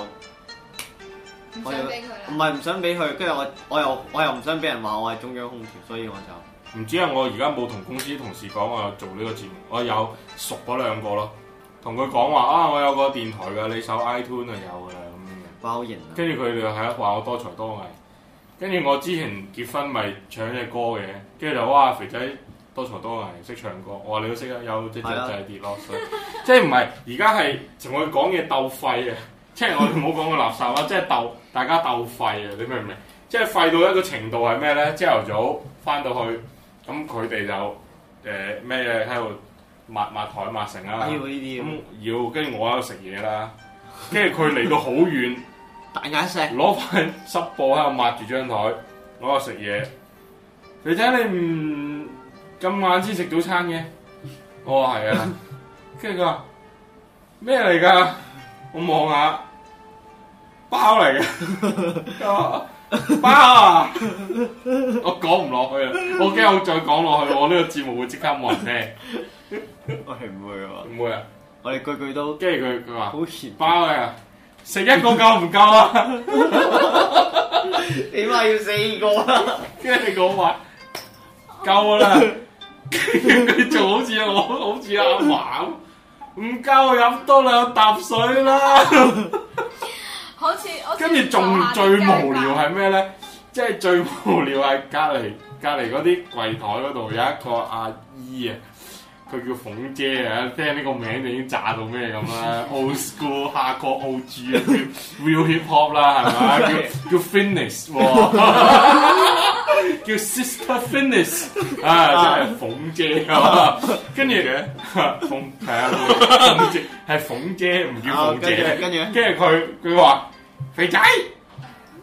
S2: 唔
S3: 唔想俾佢
S1: 嗯
S3: 啦。
S2: 係唔想俾佢，跟住我我又我又唔想俾人話我係中央空調，所以我就
S1: 唔知啊！我而家冇同公司同事講我有做呢個節目，我有熟嗰兩個咯，同佢講話啊，我有個電台㗎，你搜 iTune 就有㗎啦咁樣。
S2: 哇好型啊！
S1: 跟住佢哋又係話我多才多藝，跟住我之前結婚咪唱隻歌嘅，跟住就哇肥仔多才多藝，識唱歌，我話你都識啊，有隻隻
S2: 係啊
S1: 就係跌落水， <laughs> 即係唔係而家係同佢講嘢鬥廢啊，即係我哋冇講過垃圾啦，即係鬥大家鬥廢啊，你明唔明？即係廢到一個程度係咩咧？朝頭早翻到去，咁佢哋就誒咩嘢喺度抹抹台抹成啦
S2: 要，哎呢啲
S1: 咁要跟住我喺度食嘢啦，跟住佢嚟到好遠。
S2: 大眼石，
S1: 攞塊濕布喺度抹住張台，攞去食嘢。肥仔你唔咁晚先食早餐嘅？我話係啊，跟住佢話咩嚟㗎？我望下包嚟嘅，佢話包啊！我講唔落去啦，啊我驚我再講落去，我呢個節目會即刻冇人
S2: 我係唔會喎，
S1: 聽。唔會啊！
S2: 我哋句句都
S1: 跟住佢佢話
S2: 好甜，
S1: 包啊，食一個夠唔夠啊？
S2: 起碼要四個啦。
S1: 跟住你講話夠啦， <laughs> 跟住佢仲好似我好似阿嫲咁，唔夠飲多兩啖水啦。
S3: 好似好似
S1: 跟住仲
S3: 樓下
S1: 最
S3: 啲街
S1: 無聊
S3: 坊
S1: 係咩咧？即係最無聊係隔離 <laughs> 隔離嗰啲櫃台嗰度有一個阿姨啊，佢叫鳳姐啊，聽呢個名就已經炸到咩咁啦，old school 下個 O G 啊叫，real hip hop 啦係咪？叫叫 fitness 喎，叫 sister fitness 啊，真係鳳姐啊，跟住嘅 <laughs> 鳳係啊鳳姐係鳳姐唔叫
S2: 啊
S1: 鳳
S2: 跟住
S1: 姐。
S2: 跟住咧，
S1: 跟住佢佢話：肥仔，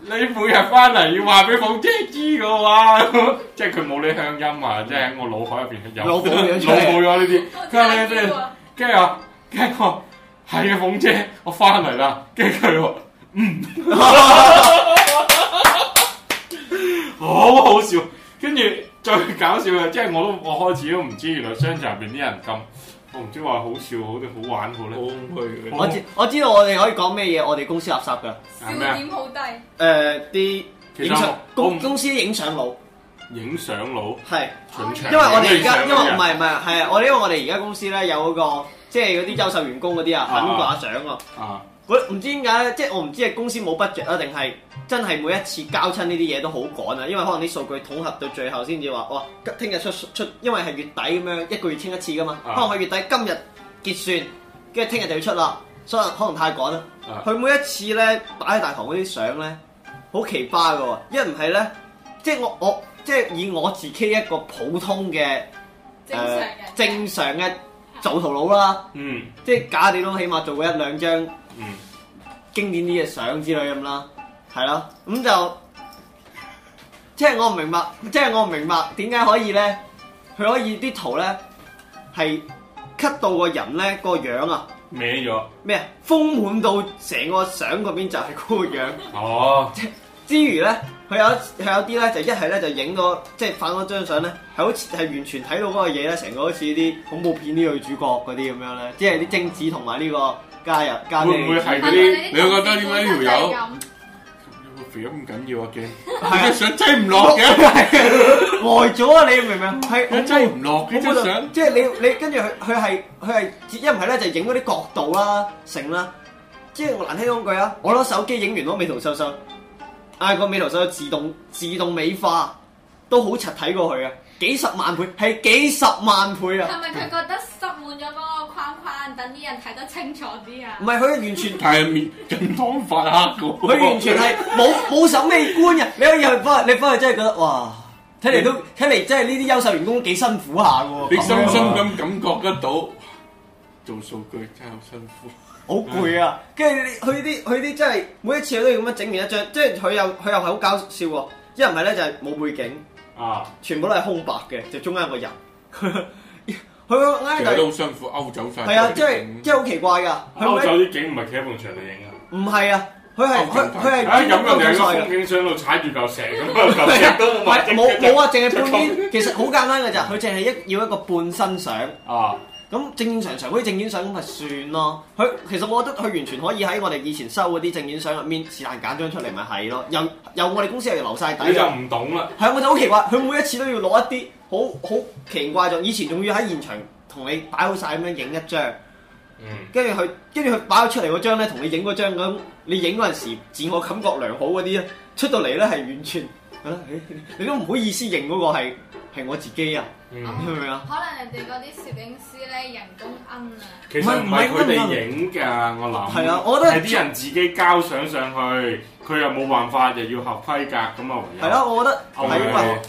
S1: 你每日翻嚟要話俾鳳姐知嘅喎， <laughs> 即係佢冇呢鄉音啊！即係喺我腦海入邊有
S2: 腦補咗出嚟
S1: 腦補咗呢啲。
S3: 我
S1: 佢話
S3: 真
S1: 你
S3: 係
S1: 你
S3: 要啊
S1: 跟住話，跟住我係啊，鳳姐，我翻嚟啦。 <laughs> 跟住佢話：嗯， <laughs> 好好笑。跟住最搞笑嘅，即係我都我開始都唔知，原來商場入邊啲人咁，我唔知話好笑好定好玩好
S4: 好
S1: 咧。
S4: 空虛嘅。
S2: 我知我知道我哋可以講咩嘢，我哋公司垃圾㗎。
S1: 係
S3: 笑
S1: 咩啊？
S3: 點好低，
S2: 誒啲
S1: 其
S2: 影
S1: 實
S2: 相
S1: 我我
S2: 公
S1: 唔
S2: 公司啲影相佬
S1: 影相佬。
S2: 係。
S1: 蠢
S2: 因
S1: 場
S2: 為我哋而
S1: 影相
S2: 家，
S1: 嗰啲
S2: 因為唔
S1: 人
S2: 係唔係係啊，我哋因為我哋而家公司咧有嗰個，即係嗰啲優秀員工嗰啲啊，
S1: 啊
S2: 肯掛相啊。
S1: 啊，
S2: 我唔知點解咧，即係我唔知係公司冇 budget 啊，定係真係每一次交親呢啲嘢都好趕啊，因為可能啲數據統合到最後先至話，哇，今聽日出出，因為係月底咁樣，一個月清一次噶嘛，
S1: 啊
S2: 可能佢月底今日結算，跟住聽日就要出啦，所以可能太趕啦
S1: 啊。
S2: 佢每一次咧擺喺大堂嗰啲相咧，好奇葩噶喎，一唔係咧，即係我我即係以我自己一個普通嘅
S3: 正常
S2: 誒
S3: 嘅
S2: 正常嘅做圖佬啦，
S1: 嗯
S2: 即係假地都起碼做過一兩張。
S1: 嗯，
S2: 經典啲嘅相之類咁啦，係啦，咁就即係我唔明白，即係我唔明白點解可以咧，佢可以啲圖咧係 cut 到個人咧個樣啊，
S1: 歪咗，
S2: 咩啊，豐滿到成個相嗰邊就係嗰個樣，
S1: 哦，
S2: 之餘咧佢有佢有啲咧就一係咧就影咗即係反嗰張相咧係好似係完全睇到嗰個嘢咧，成個好似啲恐怖片啲女主角嗰啲咁樣咧，即係啲精子同埋呢個加入加
S1: 會唔會
S2: 啲
S1: 係嗰
S3: 問
S1: 啲？
S3: 題
S4: 你會覺得點解呢條友
S3: 本身就係咁
S4: 肥咁唔緊要啊嘅， <laughs>
S2: 啊
S4: 你張相擠
S2: <laughs>
S4: 唔落嘅，
S2: 呆咗啊！你明唔明？係
S4: <laughs> 你擠唔落嘅張相。
S2: 即係你你跟住佢佢係佢係一唔係咧就影嗰啲角度啦、成啦，即係我難聽講句啊！我攞手機影完攞美圖秀秀，啊個美圖秀秀自動自動美化，都好柒睇過佢啊！幾十萬倍係幾十萬倍啊！
S3: 係咪佢覺得塞滿咗嗰個框框，等啲人睇得清楚啲啊
S2: 唔？係佢完全
S4: <laughs> 但係面近湯發黑嘅喎，
S2: 佢完全係冇冇審美觀嘅，你可以去翻你翻去真係覺得哇！睇嚟都睇嚟真係呢啲優秀員工都幾辛苦下嘅喎。
S4: 你深
S2: 咁樣
S4: 深咁感覺得到，做數據真係好辛苦。
S2: 好攰啊！跟住你佢啲佢啲真係每一次佢都要咁樣整完一張，即係佢又佢又係好搞笑喎。一唔係咧就係冇背景，
S1: 啊，
S2: 全部都係空白嘅，就中間有個人。 <laughs> 佢挨
S4: 其實
S2: 係
S4: 都好辛苦，勾走晒。
S2: 係啊，即係即係好奇怪㗎。
S1: 歐
S2: 佢
S1: 洲
S2: 咧
S1: 啲景唔係企喺埲牆度影啊，
S2: 唔係啊，佢係
S4: 歐洲
S2: 佢佢係
S1: 啊咁人
S2: 專
S1: 哋喺
S2: 登
S1: 個
S2: 做晒㗎
S1: 風景相度踩住嚿石咁，
S2: <laughs>
S1: 嚿石都冇埋
S2: 冇冇啊，淨係半邊，其實好簡單㗎咋，佢淨係一要一個半身相，
S1: 啊，
S2: 咁正正常常嗰啲正院相咁咪算咯。佢其實我覺得佢完全可以喺我哋以前收嗰啲正院相入面是但揀張出嚟咪係咯，又又我哋公司又留晒底
S1: 你就
S2: 㗎，
S1: 唔懂啦。
S2: 係啊我就好奇怪，佢每一次都要攞一啲好好奇怪咗，以前仲要喺現場同你擺好晒咁樣影一張。
S1: 嗯，
S2: 跟住佢，跟住佢擺咗出嚟嗰張咧，同你影嗰張咁，你影嗰陣時自我感覺良好嗰啲咧，出到嚟咧係完全，啊你你都唔好意思認嗰個係係我自己啊，
S1: 嗯
S2: 你明唔明啊？
S3: 可能人哋嗰啲攝影師咧人工奀啊，
S1: 其實唔係佢哋影㗎，我諗
S2: 啊係啊我覺得
S1: 係啲人自己交相上去，佢又冇辦法，又要合規格咁啊，唯有
S2: 係咯，我覺得
S1: 同
S2: 係
S1: 埋
S2: 因為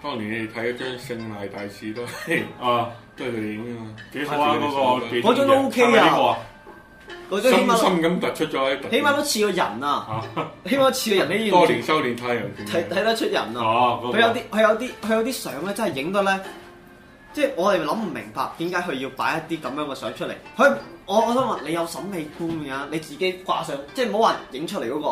S4: 當年你哋睇嗰張聖禮大使都係
S1: 啊
S4: 都係佢哋影啊，
S1: 幾好啊嗰個幾
S2: 嗰張都 OK 啊
S1: 係咪呢個啊
S2: 嗰張起
S4: 深
S2: 碼
S4: 深咁突出咗喺。
S2: 起碼都似個人啊，
S1: 啊
S2: 起碼似個人呢
S4: 多
S2: 要
S4: 年修煉太陽拳。
S2: 睇睇得出人啊。
S1: 哦，嗰個
S2: 佢有啲佢有啲佢有啲相咧，真係影到咧，即係我哋諗唔明白點解佢要擺一啲咁樣嘅相出嚟。佢我我想問你有審美觀㗎，你自己掛上，即係唔好話影出嚟嗰、個，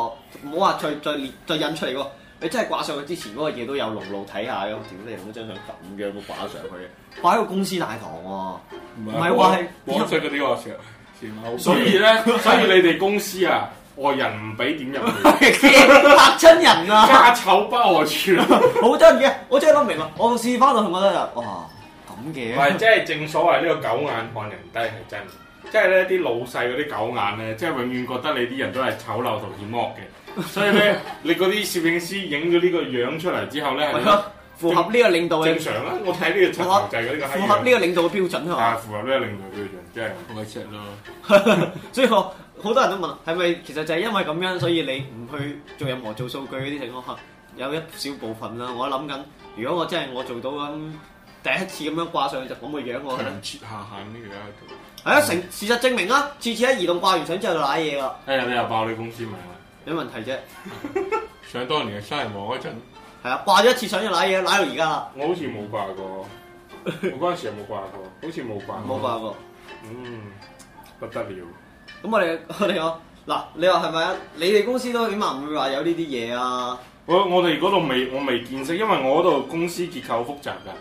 S2: 唔好話再再列再印出嚟嗰、個，你真係掛上去之前嗰個嘢都有露露睇下嘅。屌你用嗰張相咁樣都掛上去嘅，掛喺個公司大堂喎、
S4: 唔
S2: 唔係話係
S4: 廣西嗰啲話成成晚好。
S1: 所以
S2: <laughs>
S1: 咧，所以你哋公司啊，外人唔俾點入去，
S2: 嚇親人啊！
S1: 家醜不外 <laughs> 傳。
S2: 好真嘅，我真係諗唔明啊！我試翻到去，我覺得就哇咁
S1: 唔
S2: 嘅，
S1: 係，即係正所謂呢個狗眼看人低係真嘅，即係咧啲老細嗰啲狗眼咧，即係永遠覺得你啲人都係醜陋同險惡嘅，所以
S2: <laughs>
S1: 咧你嗰啲攝影師影咗呢個樣出嚟之後咧，
S2: 係咯，符合呢個領導
S1: 正
S2: 嘅
S1: 常啦。我睇呢個柒頭就係呢個
S2: 符合
S1: 閪
S2: 呢
S1: 樣，
S2: 個領導嘅標準係嘛
S1: 啊？符合呢個領導標準，即係
S4: 好鬼赤咯，
S2: 所以我好多人都問，係咪其實就係因為咁樣，所以你唔去做任何做數據嗰啲情況下，有一小部分啦。我諗緊，如果我真係我做到咁第一次咁樣掛上去就咁嘅樣，
S1: <laughs>
S2: 我覺得
S4: 強切下限呢個
S2: 係啊，成事實證明啦，次次喺移動掛完相之後就賴嘢啦，
S1: 哎誒你又爆你公司名啊啦，
S2: 有問題啫。
S4: 喺度。想當年嘅新人王嗰陣，
S2: 係啊，掛咗一次相就賴嘢，賴到而家啦，
S1: 我好似冇掛
S2: <laughs>
S1: 過，我嗰陣時有冇掛過？好似冇掛過，
S2: 冇掛過。
S1: 嗯，不得了。
S2: 咁我哋 <laughs> 我哋我嗱，你話係咪啊？你哋公司都起碼唔會話有呢啲嘢啊？
S1: 我我哋嗰度未我未見識，因為我嗰度公司結構複雜㗎。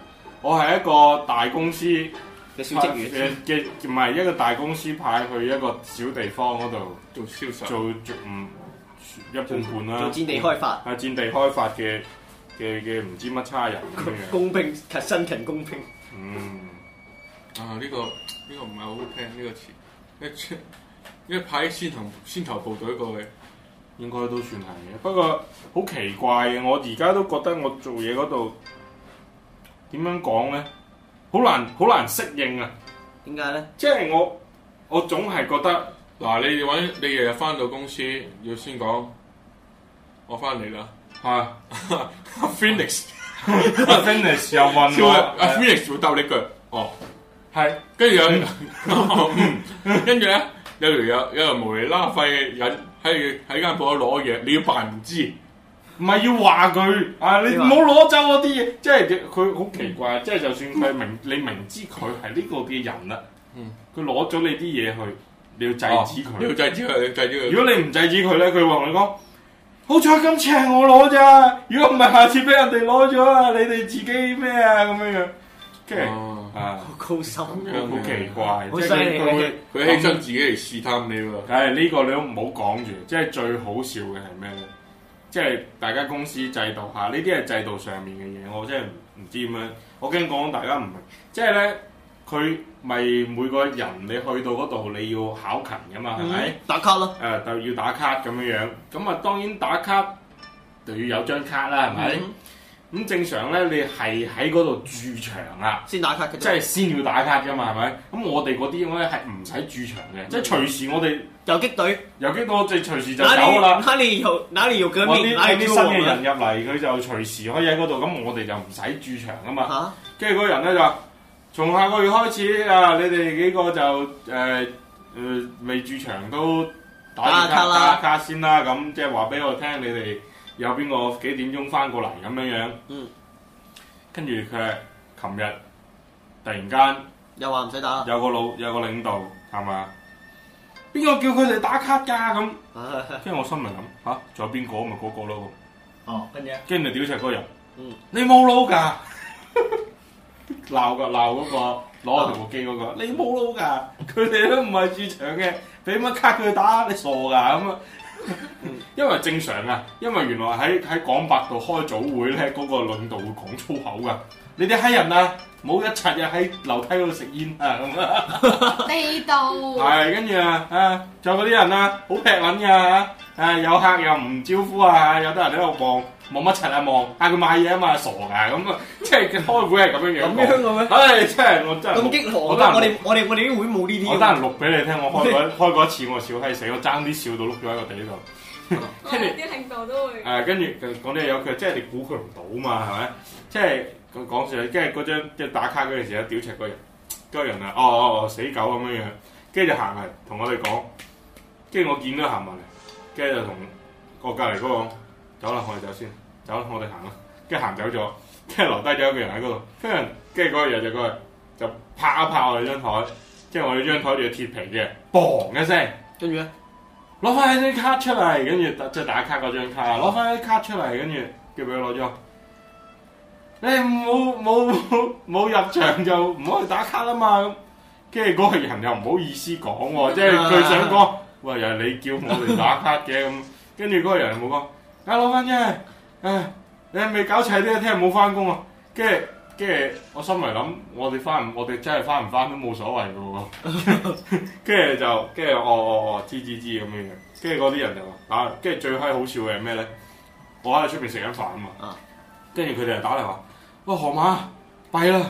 S1: 我係一個大公司呃
S2: 嘅小職員，
S1: 嘅嘅，唔係一個大公司派去一個小地方嗰度
S4: 做銷售，
S1: 做做唔一半半啦，
S2: 做戰地開發，
S1: 係戰地開發嘅嘅嘅唔知乜差人咁
S2: <laughs>
S1: 樣。
S2: 工兵勤辛勤工兵。
S1: 嗯，
S4: 啊呢個呢個唔係好聽呢個詞，一出一派先頭先頭部隊過去，
S1: 應該都算係嘅。不過好奇怪嘅，我而家都覺得我做嘢嗰度點樣講咧，好難好難適應啊！
S2: 點解咧？
S1: 即係我我總係覺得。
S4: 嗱你哋揾你日日翻到公司要先講，我翻嚟啦
S1: 係
S4: ，Phoenix，啊
S1: ，finish 又問
S4: 超阿
S1: 我，
S4: Phoenix 會答你句，哦。
S1: 係嗯
S4: 跟住有， <laughs> 哦嗯跟住咧有條有有條無厘啦廢嘅人喺喺間鋪頭攞嘢，你要扮唔知，
S1: 唔係要話佢啊？你
S2: 你
S1: 唔
S2: 話
S1: 好攞走我啲嘢，即係佢好奇怪，啊即係就算佢明你明知佢係呢個嘅人啦
S4: 嗯，
S1: 佢攞咗你啲嘢去，你要制止
S4: 哦你要
S1: 佢。
S4: 制止佢，你要制止佢。
S1: 如果你唔制止佢咧，佢會同你講。好彩今次係我攞咋，如果唔係下次俾人哋攞咗啊！你哋自己咩啊咁樣樣，跟住
S4: 哦
S1: 啊，
S2: 好高深啊。
S4: 樣
S1: 好奇怪，啊
S2: 好
S1: 即
S2: 犀
S1: 係
S2: 利啊嗯
S1: 佢會
S2: 嘅。
S4: 佢犧牲自己嚟試探你喎，
S1: 唉，呢個你都唔好講住，即係最好笑嘅係咩咧？即係大家公司制度下，呢啲係制度上面嘅嘢，我真係唔唔知點樣。我驚講大家唔明，即係咧佢咪每個人你去到嗰度你要考勤噶嘛，係咪？
S2: 嗯打卡咯，
S1: 誒、就要打卡咁樣樣，咁啊當然打卡就要有張卡啦，係咪？咁、
S2: 嗯
S1: 正常咧，你係喺嗰度駐場啦。
S2: 先打卡嘅啫。
S1: 即係先要打卡㗎嘛，係咪？咁我哋嗰啲咧係唔使駐場嘅，即係隨時我哋
S2: 游擊隊，
S1: 有幾多隻隨時就走
S2: 哪裡
S1: 㗎啦。
S2: 哪裡有哪裡有革
S1: 揾啲
S2: 命，哪
S1: 揾
S2: 裡
S1: 啲
S2: 有
S1: 新
S2: 救亡
S1: 嘅人入嚟，佢就隨時可以喺嗰度，咁我哋就唔使駐場啊嘛。
S2: 嚇，
S1: 跟住嗰個人咧就話：從下個月開始啊，你哋幾個就誒、呃誒未駐場都打
S2: 打
S1: 下
S2: 下卡
S1: 卡
S2: 啦
S1: 打下卡先啦，咁即係話俾我聽，你哋有邊個幾點鐘翻過嚟咁樣樣。
S2: 嗯。
S1: 跟住佢係琴日突然間
S2: 又話唔
S1: <laughs>
S2: 使打啦，啊
S1: 有個老有個領導係嘛？邊個叫佢哋打卡㗎咁？
S5: <laughs>
S1: 跟住我心咪諗吓，仲有邊個啊咪嗰個咯？
S5: 哦，跟住咧
S1: 跟住屌柒嗰個人，
S2: 嗯
S1: 你冇腦㗎，鬧個鬧嗰個攞我條部機嗰、個，你冇腦㗎，佢哋都唔係駐場嘅，俾乜卡佢打，你傻㗎咁啊！
S5: 嗯
S1: 因為正常啊，因為原來喺喺廣百度開早會咧，嗰、個領導會講粗口㗎。你哋閪人啊，冇一柒日喺樓梯嗰度食煙啊咁啊！
S3: 地道。
S1: 係，跟住啊，啊，仲有嗰啲人啊，好劈撚㗎啊，啊有客又唔招呼啊，有得人喺度望望乜柒啊望，嗌佢買嘢啊嘛，傻㗎咁啊， <laughs> 即係佢開會係咁樣樣
S2: 咁樣
S1: 講。
S2: 嘅咩？
S1: 唉，真係我真係
S2: 咁
S1: 錄，
S2: 激昂，啊
S1: 我
S2: 我
S1: 得閒
S2: 哋我哋我哋啲會冇呢
S1: 我
S2: 啲
S1: 得
S2: 嘅
S1: 閒錄俾你聽，我開過一開過一次，我笑閪死，我爭啲笑到碌咗喺個地度。
S3: 我哋啲領導都會。
S1: 誒，跟住佢講啲有佢，即係你估佢唔到嘛，係咪？即係講講笑，跟住嗰張即係打卡嗰陣時咧，屌柒嗰人，嗰個人啊，哦哦哦，死狗咁樣樣，跟住就行嚟同我哋講，跟住我見到行埋嚟，跟住就同我隔離嗰個講走啦，我哋走先，走啦，我哋行啦，跟住行走咗，跟住留低咗一個人喺嗰度，跟住跟住嗰個人就過嚟就拍一拍我哋張台，即係我哋張台就鐵皮嘅，砰一聲。
S2: 跟住咧，
S1: 攞翻你張卡出嚟，跟住打即係打卡嗰張卡，攞翻啲卡出嚟，跟住叫佢攞咗。你冇冇冇冇入場就唔可以打卡啦嘛咁。跟住嗰個人又唔好意思講喎，即係佢想講，喂又係你叫我哋打卡嘅咁。跟住嗰個人冇講，啊攞翻啫，唉你係咪搞齊啲，聽日冇翻工啊。跟住跟住我心嚟諗，我哋翻唔我哋真係翻唔翻都冇所謂嘅喎。 <laughs> 跟住就跟住哦哦哦知知知咁樣樣，跟住嗰啲人就話打，跟住最閪好笑嘅係咩咧？我喺出邊食緊飯啊嘛
S2: 啊，
S1: 跟住佢哋就打嚟話：喂河馬，弊啦！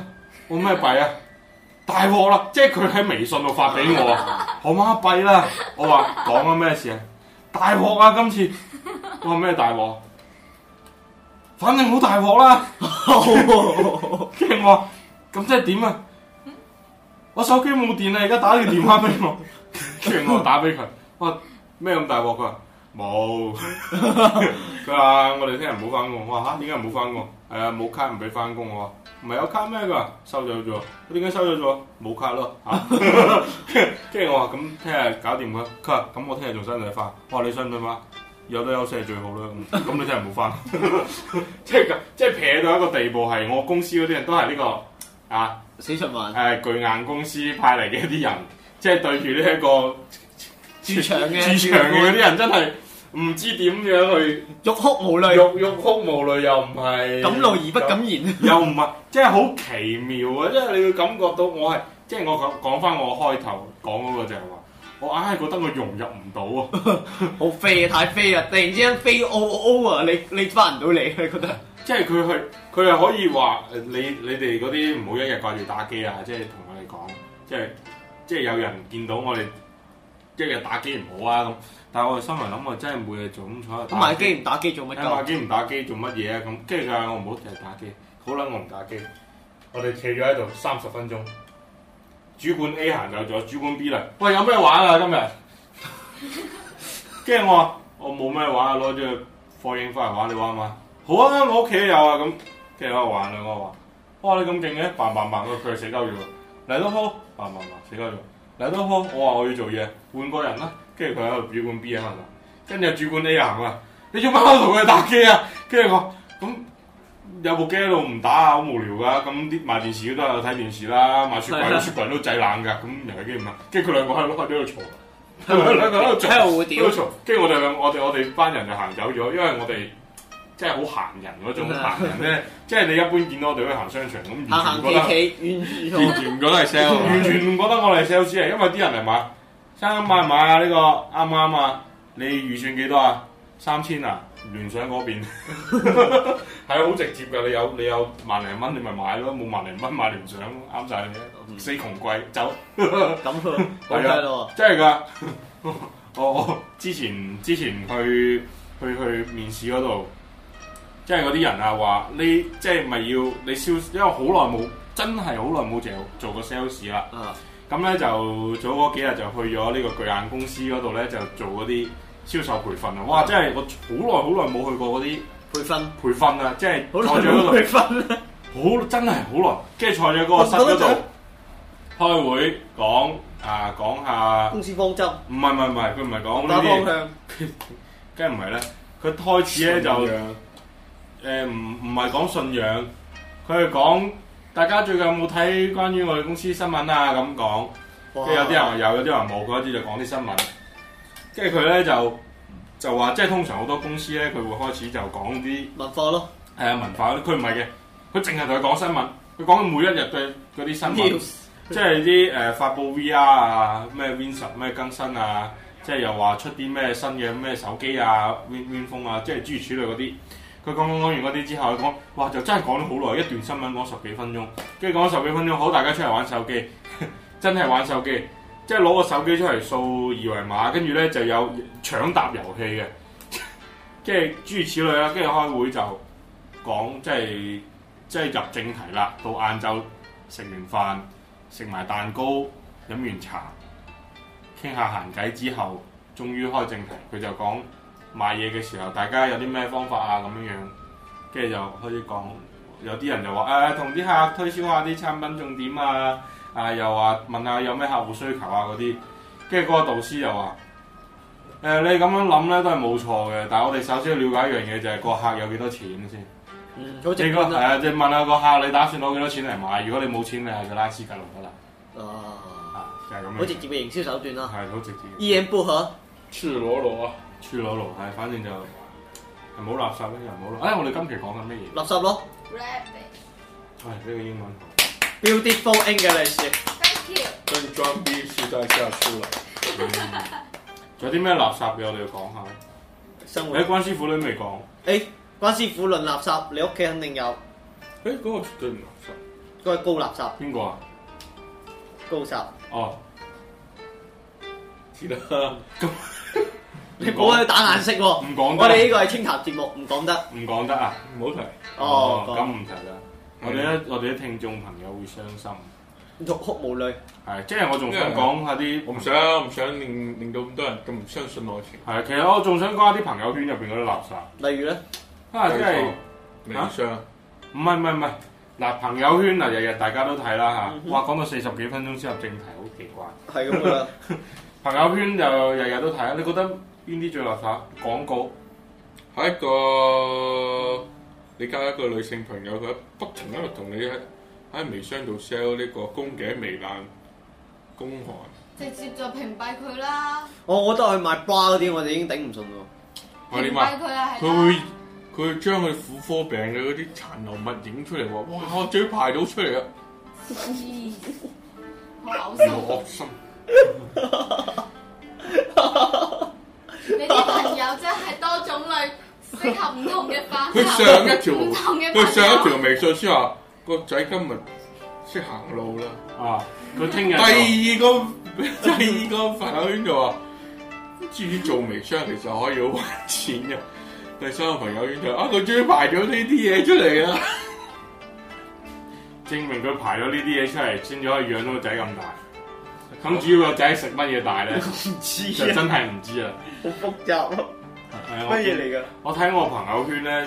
S1: 我咩弊啊？大鑊啦！即係佢喺微信度發俾我
S2: <laughs>
S1: 啊，河馬弊啦！我話講緊咩事啊？大鑊啊！今次我話咩大鑊？啊反正好大鑊啦！跟住我話：咁即係點啊？我手機冇電啦，啊而家打個電話俾 <laughs> 我。跟住我打俾佢，我話咩咁大鑊？佢話冇。 <laughs> 佢話我哋聽日唔好翻工。我話嚇點解唔好翻工？係啊，冇卡唔俾翻工。我話唔係有卡咩？佢話收咗咗。佢點解收咗咗？冇卡 <laughs> 咯嚇。跟住我話咁聽日搞掂佢。佢話咁我聽日仲使唔使翻？我話你想唔想翻？有得休息係最好啦。咁咁你聽日唔好翻。即係咁即係撇到一個地步係我公司嗰啲人都係呢個啊。
S2: <laughs> 死循環，
S1: 誒巨硬公司派嚟嘅一啲人，即係對住呢一個
S2: 駐場嘅
S1: 駐場嘅嗰啲人，真係唔知點樣去
S2: 欲哭無淚，
S1: 欲欲哭無淚，又唔係
S2: 敢怒而不，敢言。
S1: 又唔係，即係好奇妙啊！即係你會感覺到我係，即係我講講翻我開頭講嗰個就係話，我硬係覺得我融入唔到啊！
S2: 好飛啊，太飛啊！突然之間飛 O O 啊，你你翻唔到嚟，你覺得？
S1: 即係佢係佢係可以話誒你你哋嗰啲唔好一日掛住打機啊！即係同我哋講，即係即係有人見到我哋一日打機唔好啊咁。但係我哋心嚟諗，我真係每日做咁坐喺度
S2: 咁
S1: 打
S2: 買機唔打機做乜
S1: 你買
S2: 鳩？
S1: 機唔打機做乜嘢啊？咁跟住佢嗌我唔好成日打機，好啦，我唔打機。我哋企咗喺度三十分鐘，主管 A 行走咗，主管 B 嚟，喂有咩玩啊今日？跟住我話我冇咩玩啊，攞咗去放映翻嚟玩，你玩唔玩？好啊，我屋企都有啊咁，跟住我玩啦，我話哇你咁勁嘅，扮扮扮佢佢死鳩咗，嚟都好，扮扮扮死鳩咗，嚟都好，我話我要做嘢，換個人啦，跟住佢喺度主管 B 喺度玩，跟住主管 A 行啊。你做乜喺度同佢打機啊？跟住我咁有部機喺度唔打啊，好無聊噶。咁啲賣電視嗰都有睇電視啦，賣雪
S2: 係
S1: <laughs> 櫃
S2: 啦
S1: 雪櫃都製冷噶。咁遊戲機唔係，跟住佢兩個喺度喺度嘈， <laughs> 兩個喺度嘈，
S2: 喺度
S1: 喺度 <laughs>
S2: 會屌，
S1: 嘈。跟住我哋兩個我哋我哋班人就行走咗，因為我哋即係好閒人嗰種閒人
S2: <laughs>
S1: 咧，即係你一般見到我哋去行商場咁，
S2: 嗯
S1: 完
S2: 行行
S1: 全覺得
S2: 企企，
S1: 嗯
S2: 遠
S4: 完全唔覺得係 sell 啊
S1: 完全唔覺得我哋 sales 啊嚟，因為啲人嚟買，生買唔買啊？呢個啱唔啱啊？你預算幾多啊？三千啊？聯想嗰
S2: <laughs>
S1: 邊係好直接㗎，你有你有萬零蚊你咪買咯，冇萬零蚊買聯想咯啱晒你
S2: 嗯
S1: 嘅，死窮鬼走，
S2: 咁
S1: <laughs>
S2: 啊，好睇咯
S1: 真係㗎！ <laughs> 我我之前之前去去去面試嗰度，即係嗰啲人啊話你即係咪要你銷，因為好耐冇真係好耐冇做做過 sales 啦。
S2: 喎。啊，
S1: 咁咧就早嗰幾日就去咗呢個巨眼公司嗰度咧，就做嗰啲銷售培訓啊！哇，真係我好耐好耐冇去過嗰啲
S2: 培訓，
S1: 培訓啊！即係
S2: 好
S1: 坐
S2: 耐
S1: 咗嗰
S2: 冇
S1: 度
S2: 培
S1: <laughs>
S2: 訓啦。
S1: 好真係好耐，跟住坐咗嗰個室嗰度開會講啊講下，
S2: 公司方針，
S1: 唔係唔係唔係，佢唔係講呢
S2: 打
S1: 啲
S2: 方
S1: 嘢，
S2: 向，
S1: 梗係唔係咧？佢開始咧就
S4: 咁樣
S1: 誒唔唔係講信仰，佢係講大家最近有冇睇關於我哋公司新聞啊咁講。
S2: 哇
S1: 跟住有啲人話有，有啲人話冇，佢開始就講啲新聞。跟住佢咧就就話，即係通常好多公司咧，佢會開始就講啲
S2: 文化咯
S1: 誒文化嗰啲，佢唔係嘅，佢淨係同佢講新聞，佢講每一日嘅嗰啲新聞，
S2: ，news
S1: 即係啲誒發布 VR 啊，咩 Win 十咩更新啊，即係又話出啲咩新嘅咩手機啊，Win Win 風啊，即係諸如此類嗰啲。佢講講講完嗰啲之後，佢講哇就真係講咗好耐，一段新聞講十幾分鐘，跟住講咗十幾分鐘，好大家出嚟玩手機， <laughs> 真係玩手機，即係攞個手機出嚟掃二維碼，跟住咧就有搶答遊戲嘅， <laughs> 即係諸如此類啦。跟住開會就講即係即係入正題啦，到晏晝食完飯，食埋蛋糕，飲完茶，傾下閒偈之後，終於開正題，佢就講。買嘢嘅時候，大家有啲咩方法啊咁樣樣，跟住就開始講。有啲人就話啊誒，同、啲客推銷下啲產品重點啊，啊又話問下有咩客戶需求啊嗰啲。跟住嗰個導師又話：誒、你咁樣諗咧都係冇錯嘅，但係我哋首先要了解一樣嘢就係個客有幾多錢先。
S2: 嗯，好
S1: 你
S2: 直
S1: 個
S2: 觀
S1: 係
S2: 啦。
S1: 啊，即係問下個客你打算攞幾多錢嚟買？如果你冇錢，你係個拉斯格路得啦。
S2: 啊，
S1: 啊，就係、咁樣。
S2: 好直接嘅啊營銷手段啦。
S1: 係好直接。
S2: 一言不合，
S4: 赤裸裸啊！
S1: 處老路係，反正就唔好垃圾啦，又唔好垃圾。哎，我哋今期講緊咩嘢？
S2: 垃圾咯。
S3: Rabbit，thank
S1: 唉，呢個英文好。
S2: Beautiful English，
S3: you。
S4: 跟装逼时代下去了，
S1: 嗯仲有啲咩垃圾嘅我哋要講
S2: <laughs>
S1: 下？
S2: 生活
S1: 誒，。關師傅你都未講，
S2: 誒，關師傅論垃圾，你屋企肯定有，
S4: 哎，嗰個絕對唔垃圾，
S2: 嗰係高垃圾，
S1: 邊個啊？
S2: 高圾。
S1: 哦，
S4: 知啦。
S2: 你唔好喺度打眼色喎。
S1: 唔講
S2: 哦我哋呢
S1: 得，啊
S2: 個係清談節目，唔講得。
S1: 唔講得啊！
S4: 唔好提。
S2: 哦，
S1: 咁
S2: 講嗯
S1: 唔提啦。我哋咧，我哋啲聽眾朋友會傷心。
S2: 欲哭無淚。
S1: 係，即係我仲想講下啲，
S4: 我唔。想，唔想令令到咁多人咁唔相信愛情。
S1: 係，啊其實我仲想講下啲朋友圈入邊嗰啲垃圾
S2: 例如咧，
S1: 啊！即係
S4: 微
S1: 啊
S4: 商，
S1: 唔係唔係唔係嗱，朋友圈啊，日日大家都睇啦
S2: 嗯
S1: 嚇。
S2: 哼
S1: 哇，講到四十幾分鐘先入正題，好奇怪。
S2: 係咁噶 <laughs> 啦。
S1: 朋友圈就日日都睇啊，你覺得邊啲最垃圾？廣告
S4: 係一個你交一個女性朋友，佢不停喺度同你喺喺微商度 sell 呢個宮頸糜爛、宮寒。
S3: 直接就屏蔽佢啦，
S2: 我覺得去賣 bra 嗰啲，我哋已經頂唔順咯。
S4: 我
S3: 屏
S4: 點
S3: 蔽
S4: 啊？
S3: 佢啦，係啦
S4: 佢會佢會將佢婦科病嘅嗰啲殘留物影出嚟喎，哇！我嘴排到出嚟啊，
S3: 咦好
S4: 好
S3: 嘔
S4: 惡心。
S3: 心。你啲朋友真係多種類，適合唔同嘅範疇。
S4: 佢上一條
S3: 唔同嘅
S4: 佢上一
S3: 朋友
S4: 條微信先話個仔今日識行路啦。
S1: 啊，佢聽日
S4: 第
S1: 就
S4: 二個 <laughs> 第二個朋友圈就話，至於做微商其實可以好揾錢嘅。第三個朋友圈就啊，佢終於排咗呢啲嘢出嚟啦。
S1: 證明佢排咗呢啲嘢出嚟，先至可以養到個仔咁大。咁主要個仔食乜嘢大
S2: <laughs>
S1: 咧，
S2: 唔知啊
S1: 就真係唔知啦。啊
S2: 好複雜咯，
S1: 係啊
S2: 乜嘢嚟㗎？
S1: 我睇我朋友圈咧，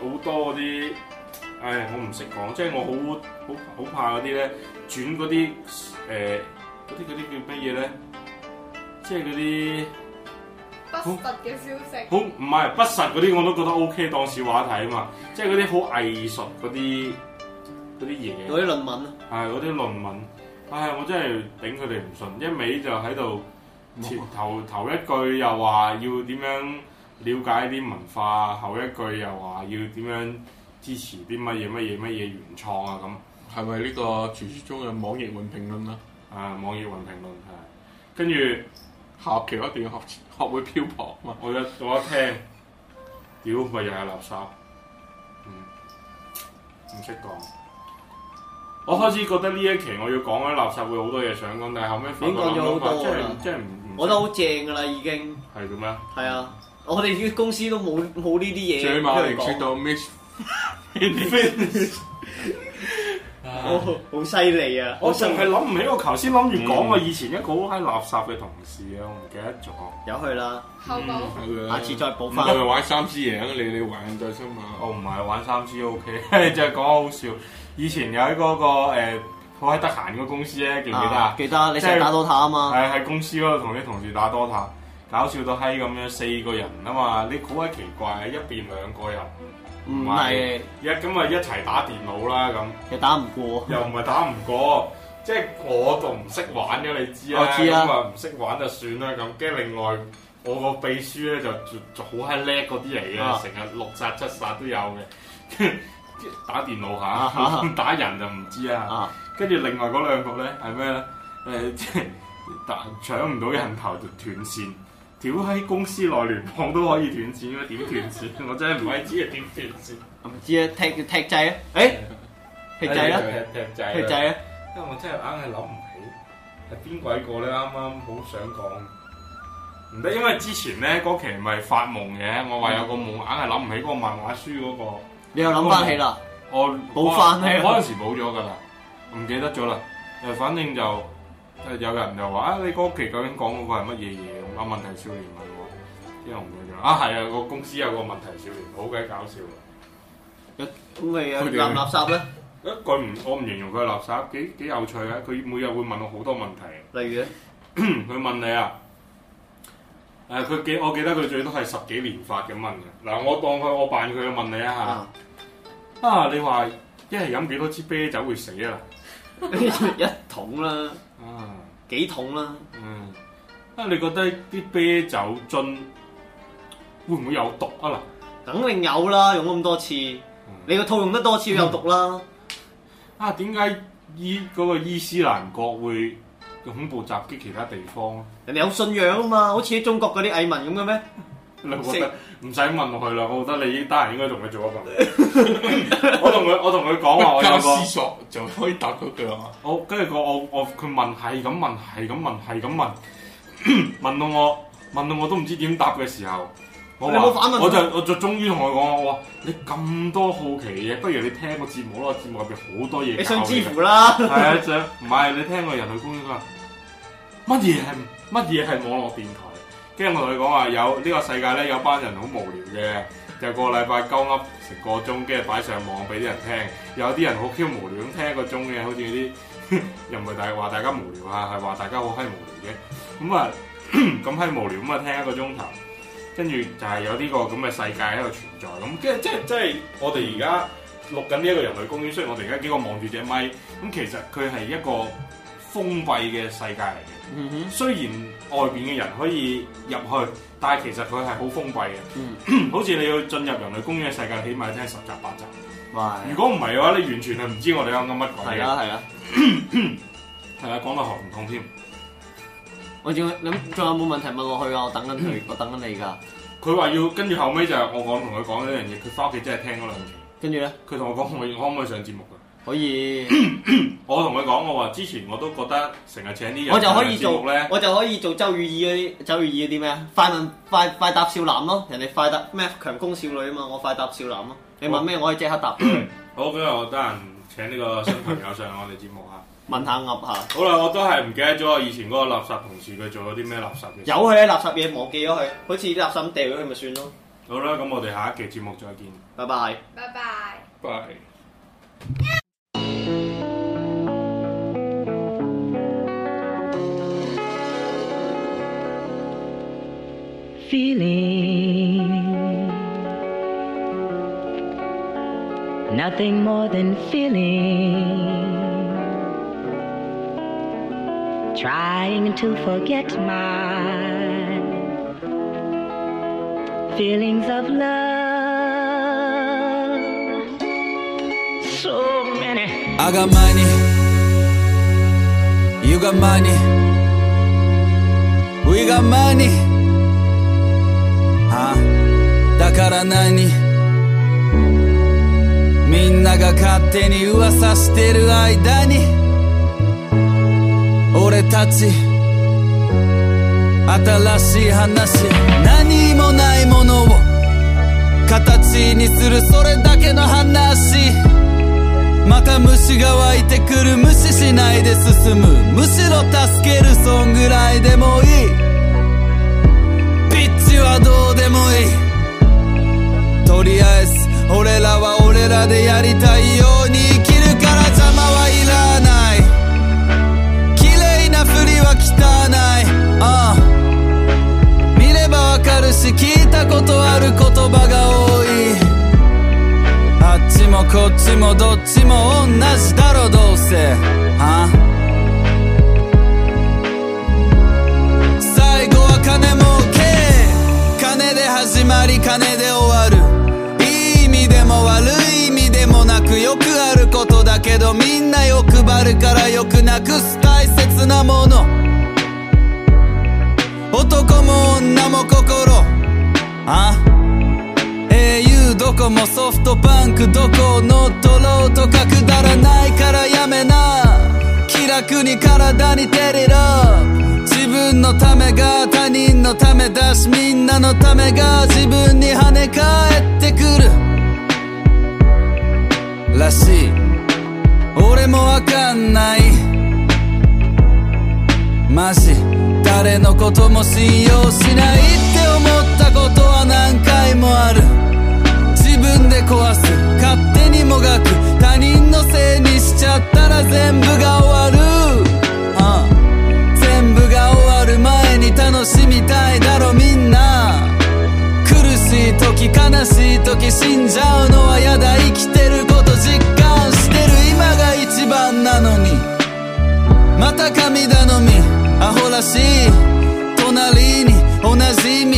S1: 好多嗰啲，唉，我唔識講，即係我好好好怕嗰啲咧，轉嗰啲誒嗰啲嗰啲叫乜嘢咧？即係嗰啲
S3: 不實嘅消息，
S1: 好唔係不實嗰啲，我都覺得 O、k 當笑話睇啊嘛。即係嗰啲好藝術嗰啲嗰啲嘢。
S2: 嗰啲論文啊，
S1: 係嗰啲論文，唉，我真係頂佢哋唔順，一味就喺度
S2: 啊
S1: 前頭頭一句又話要點樣了解啲文化，後一句又話要點樣支持啲乜嘢乜嘢乜嘢原創啊咁，
S4: 係咪呢個傳説中嘅網易雲評論啊？
S1: 啊網易雲評論係，跟住
S4: 下期我一定要學 <laughs> 學會漂泊啊嘛。
S1: 我一我一聽，屌咪又係垃圾，嗯，唔識講。我開始覺得呢一期我要講緊垃圾會好多嘢想講，但係後尾發覺
S2: 已經講咗
S1: 諗諗
S2: 好多
S1: 下真
S2: 啦
S1: 係真係唔唔
S2: 我覺得好正㗎啦，已經
S1: 係咁咩？
S2: 係啊。我哋啲公司都冇冇呢啲嘢
S4: 最起碼我
S2: 出嚟
S4: 認識
S2: 講。
S4: 到 Miss，
S2: 好哦好犀利啊！
S1: <laughs> 我
S2: 信
S1: 淨係諗唔起我頭先諗住講我以前一個好閪垃圾嘅同事啊，我唔記得咗。
S2: 有佢啦，
S3: 後補。
S2: 下次再補
S4: 我咪
S2: 翻。
S4: 玩三支贏，你你玩再生嘛？
S1: 哦我唔係玩三 G O <laughs> K，就係講好笑。以前有喺嗰個誒好閪得閒嗰個公司咧，記唔記得
S2: 啊
S1: 啊？
S2: 記得你成日打 DOTA 啊嘛，
S1: 係喺公司嗰度同啲同事打 DOTA，搞笑到閪咁樣，四個人啊嘛，你好閪奇怪，一邊兩個人，
S2: 唔係
S1: 一咁啊一齊打電腦啦咁。
S2: 又打唔過。
S1: 又唔係打唔過，即係我就唔識玩嘅，你知啊。
S2: 我知啊
S1: 咁啊唔識玩就算啦。咁跟住另外我個秘書咧就就就好閪叻嗰啲嚟
S2: 啊
S1: 嘅，成日六殺七殺都有嘅。跟住打電腦
S2: 啊
S1: 下
S2: 哈，
S1: <laughs> 打人就唔知啊。
S2: 啊，
S1: 跟住另外嗰兩個咧係咩咧？誒、即係 <laughs> 打搶唔到人頭就斷線。屌喺公司內聯網都可以斷線嘅，點斷線？我真係唔係知啊，點斷線？
S2: 唔知啊，踢踢掣啊，誒 <laughs> 踢掣啊啦，
S1: <laughs> 踢踢掣啊
S2: 踢
S1: 啦
S2: 掣啦。
S1: 因為我真係硬係諗唔起係邊鬼個咧，啱啱好想講。唔得，因為之前咧嗰期咪發夢嘅，我話有個夢硬係諗唔起嗰個漫畫書嗰、個，
S2: 你又諗翻起啦，
S1: 我
S2: 補返你啊
S1: 我嗰陣時冇咗㗎啦，唔記得咗啦。誒，反正就誒有人就話啊，你嗰期究竟講嗰個係乜嘢嘢咁啊？問題少年問我，之後唔記得咗啦啊，係啊，個公司有個問題少年，好鬼搞笑啊！
S2: 咁咪有垃唔垃圾咧？
S1: 一句唔，我唔形容佢係垃圾，幾幾有趣啊！佢每日會問我好多問題。啊
S2: 例如咧，
S1: 佢問你啊，誒、佢記我記得佢最多係十幾連發咁問嘅。嗱，我當佢我扮佢問你啊
S2: 啊， <laughs>
S1: 嚇，啊你話一係飲幾多支啤酒會死啊？
S2: 一桶啦，
S1: 啊
S2: 幾桶啦，
S1: 嗯，啊你覺得啲啤酒樽會唔會有毒啊？嗱，
S2: 肯定有啦，用咗咁多次，你個套用得多次有毒啦，
S1: 啊點解伊嗰個伊斯蘭國會恐怖襲擊其他地方咧？
S2: 人哋有信仰啊嘛，好似中國嗰啲蟻民咁嘅咩？
S1: 你覺得唔使問落去啦，我覺得你單人應該同佢做一份。 <laughs> 我同佢我同佢講話，
S4: 不
S1: 我有
S4: 交
S1: 個。
S4: 思索就可以答到佢啊！
S1: 我跟住個我我佢問係咁問係咁問係咁問， <coughs> 問到我問到我都唔知點答嘅時候，我
S2: 你有冇反
S1: 話
S2: 問啊
S1: 我就我就終於同佢講我話你咁多好奇嘅嘢，不如你聽個節目咯，節目入邊好多嘢。啊
S2: 你想支付啦，
S1: 係啊，想唔係你聽個人類公園佢話乜嘢係乜嘢係網絡電台？跟住我同佢講話有呢、個世界咧有班人好無聊嘅，就個禮拜鳩噏成個鐘，跟住擺上網俾啲人聽。有啲人好 Q 無聊咁聽一個鐘嘅，好似啲 <laughs> 又唔係大話大家無聊啊，係話大家好閪無聊嘅。咁啊咁閪無聊咁啊聽一個鐘頭。跟住就係有呢個咁嘅世界喺度存在咁，跟住即係即係我哋而家錄緊呢一個人類公園，雖然我哋而家幾個望住隻咪，咁其實佢係一個封閉嘅世界嚟嘅。
S2: 嗯哼，
S1: 雖然外邊嘅人可以入去，但係其實佢係好封閉嘅。
S2: 嗯
S1: <clears throat> 好似你要進入人類公園嘅世界，起碼聽十集八集。如
S2: 喂，
S1: 果唔係嘅話，你完全係唔知我哋講緊乜鬼嘅。
S2: 啊係啊啦係啦，
S1: 係啊，講到喉唔痛添。
S2: 我仲諗仲有冇問題問落去啊？我等緊佢，我等緊你㗎。
S1: 佢話要跟住後尾就係我講同佢講一樣嘢，佢翻屋企真係聽咗兩期。
S2: 跟住咧，
S1: 佢同我講我可唔可以上節目㗎？啊
S2: 可以，
S1: 我同佢講，我話之前我都覺得成日請啲人
S2: 我就可以
S1: 上節
S2: 做
S1: 目咧，，
S2: 我就可以做周雨意嗰啲，周雨意嗰啲咩啊？快問快快答少男咯，人哋快答咩強攻少女啊嘛，我快答少男咯。你問咩，我可以即刻答。
S1: 好，今日我得閒請呢個新朋友上我哋節目啊。
S2: 問下噏下，
S1: 好啦，我都係唔記得咗我以前嗰個垃圾同事佢做咗啲咩垃圾嘅事。
S2: 有佢啲垃圾嘢忘記咗佢，好似啲垃圾咁掉咗佢咪算咯。
S1: 好啦，咁我哋下一期節目再見。
S2: 拜拜。
S3: 拜拜。
S4: 拜。
S5: feeling. Nothing more than feeling. Trying to forget my feelings of love. So many.
S6: I got money. You got money. We got money. ああだから何みんなが勝手に噂してる間に俺たち新しい話何もないものを形にするそれだけの話また
S7: から虫が湧いてくる無視しないで進むむしろ助けるそんぐらいでもいいピッチはどうでもいいとりあえず俺らは俺らでやりたいように生きるから邪魔はいらない綺麗なふりは汚いああ見ればわかるし聞いたことある言葉が多いあっちもこっちもどっちも同じだろどうせああ最後は金儲け金で始まり金で終わるいい意味でも悪い意味でもなくよくあることだけどみんな欲張るからよくなくす大切なもの男も女も心あ au どこもソフトバンクどこを乗っ取ろうとかくだらないからやめな気楽に体に照れろ自分のためが他人のためだしみんなのためが自分に跳ね返ってくるらしい俺もわかんないマジ誰のことも信用しないって思ったことは何回もある自分で壊す勝手にもがく他人のせいにしちゃったら全部が終わる、ああ全部が終わる前に楽しみたいだろみんな苦しい時悲しい時死んじゃうのはやだ生きてること実感してる今が一番なのにまた神頼みアホらしい隣に同じ道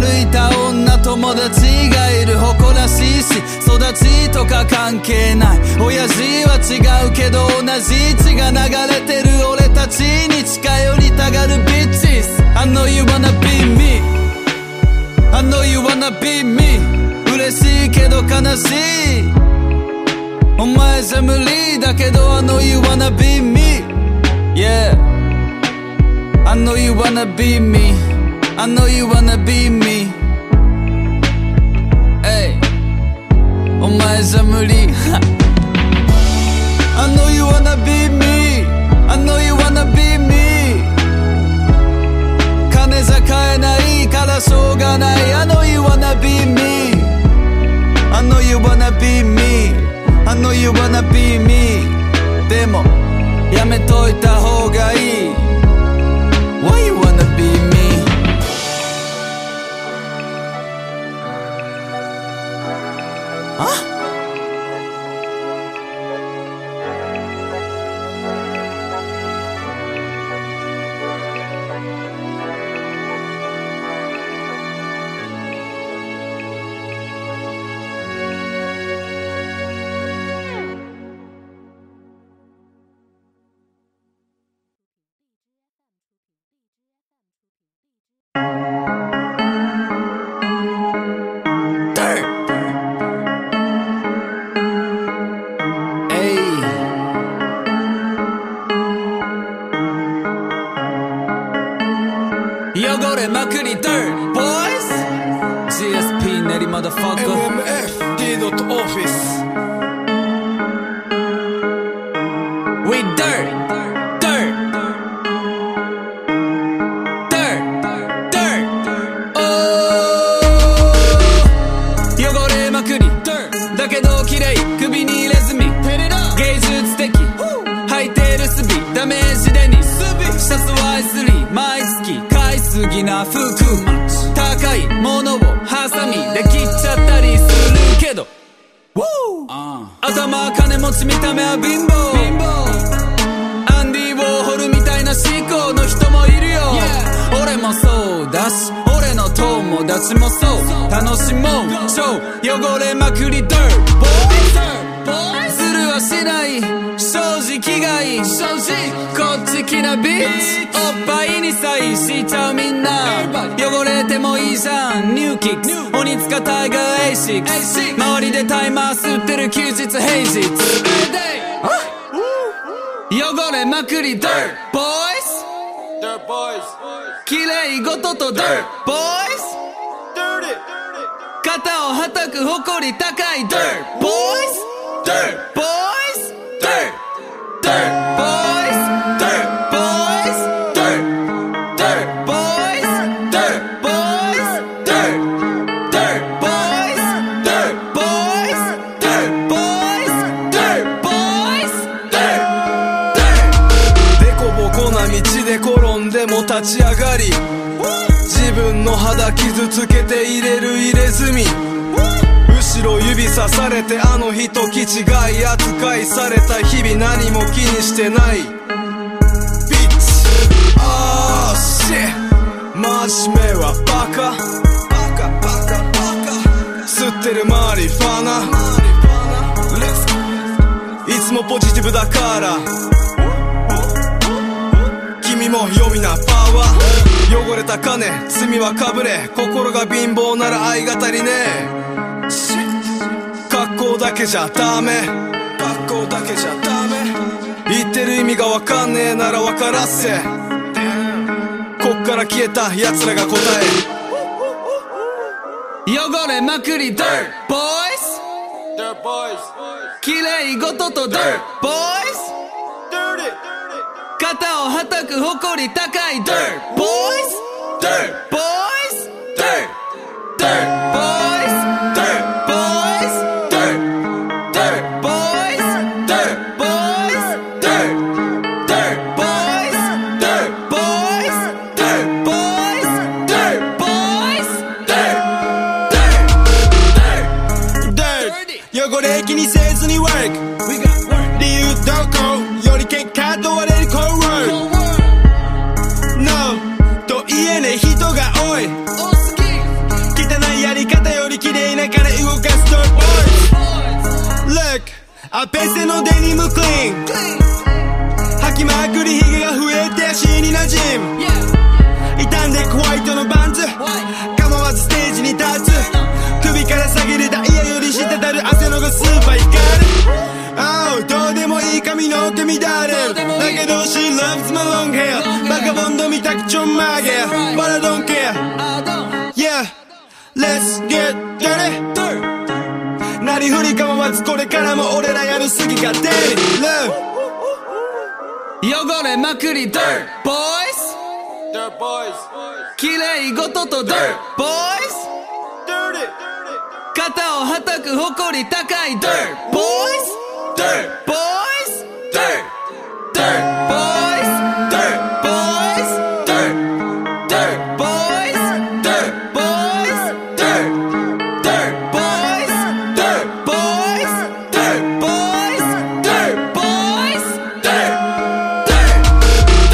S7: 歩いた女友達がいる誇らしいし育ちとか関係ない親父は違うけど同じ血が流れてる俺たちに近寄りたがるビッチス I know you wanna be me I know you wanna be me 嬉しいけど悲しいお前じゃ無理だけど I know you wanna be me Yeah I know you wanna be me I know you wanna be me Hey お前じゃ無理 <laughs> I know you wanna be me I know you wanna be me 金じゃ買えないからしょうがない I know you wanna be me I know you wanna be me I know you wanna be me でもやめといた方がいい Why you wanna be me? Dirt. Ayy. Yo, go to Mercury Dirt, boys. GSP, Netty motherfucker. We dirt. Dirt. Dirt. Dirt. Oh. 汚れまくりだけど綺麗首に入れ墨芸術的履いてるスビダメージデニスシャツは S3 毎月買いすぎな服高いものをハサミで切っちゃったりするけど頭は金持ち見た目は貧乏アンディ・ウォーホルみたいな思考の人もいるよ俺もそうだし俺の友達もそう楽しもうショー汚れまくりドゥーボーイするはしない正直がいいこっち来なビーチおっぱいにサインしちゃうみんな汚れてもいいじゃんニューキック鬼塚タイガーエイシックス周りでタイマー吸ってる休日平日汚れまくりドゥーボーイス綺麗事とダーボーイス肩をはたく誇り高いダーボーイスダーボーイスダ
S4: 立ち上がり自分の肌傷つけて入れる入れ墨後ろ指さされてあの人気違い扱いされた日々何も気にしてないビッチああシェ真面目はバカバカバカバカ吸ってるマリファナいつもポジティブだから君も読みなパワー汚れた金罪はかぶれ心が貧乏なら愛が足りねえシッ格好だけじゃダメ格好だけじゃダメ言ってる意味がわかんねえならわからせこっから消えた奴らが答える汚れまくり Dirt Boys 綺麗事と Dirt Boys 肩をはたく誇り高い Dirt Boys Dirt Boys Dirt Dirt Boys Dirt Boys Dirt Dirt Boys Dirt Boys Dirt Dirt Boys Dirt Boys Dirt Boys Dirt Boys Dirt Dirt Dirt
S7: 汚れ気にせずに work 理由どこより結果と割れる cold world No と言えねえ人が多い汚いやり方より綺麗なから動かすと Look アペセのデニムクリーン吐きまくりヒゲが増えて足に馴染む傷んでホワイトのバンズ構わずステージに立つ首から下げるダイヤより滴る汗のがスーパー光るああどうでもいい髪の毛乱れるだけど She loves my long hair バカボンドみたくちょんまげ But I don't care Yeah Let's get dirty なりふり構わずこれからも俺らやる好き勝手に Love
S4: 汚れまくり Dirt Boys 綺麗事と Dirt Boys 肩をはたく誇り高い Dirt Boys Dirt Boys Dirt Dirt Boys Dirt Boys Dirt Dirt Boys Dirt Boys Dirt Dirt Boys Dirt Boys Dirt Boys Dirt Boys Dirt Dirt Dirt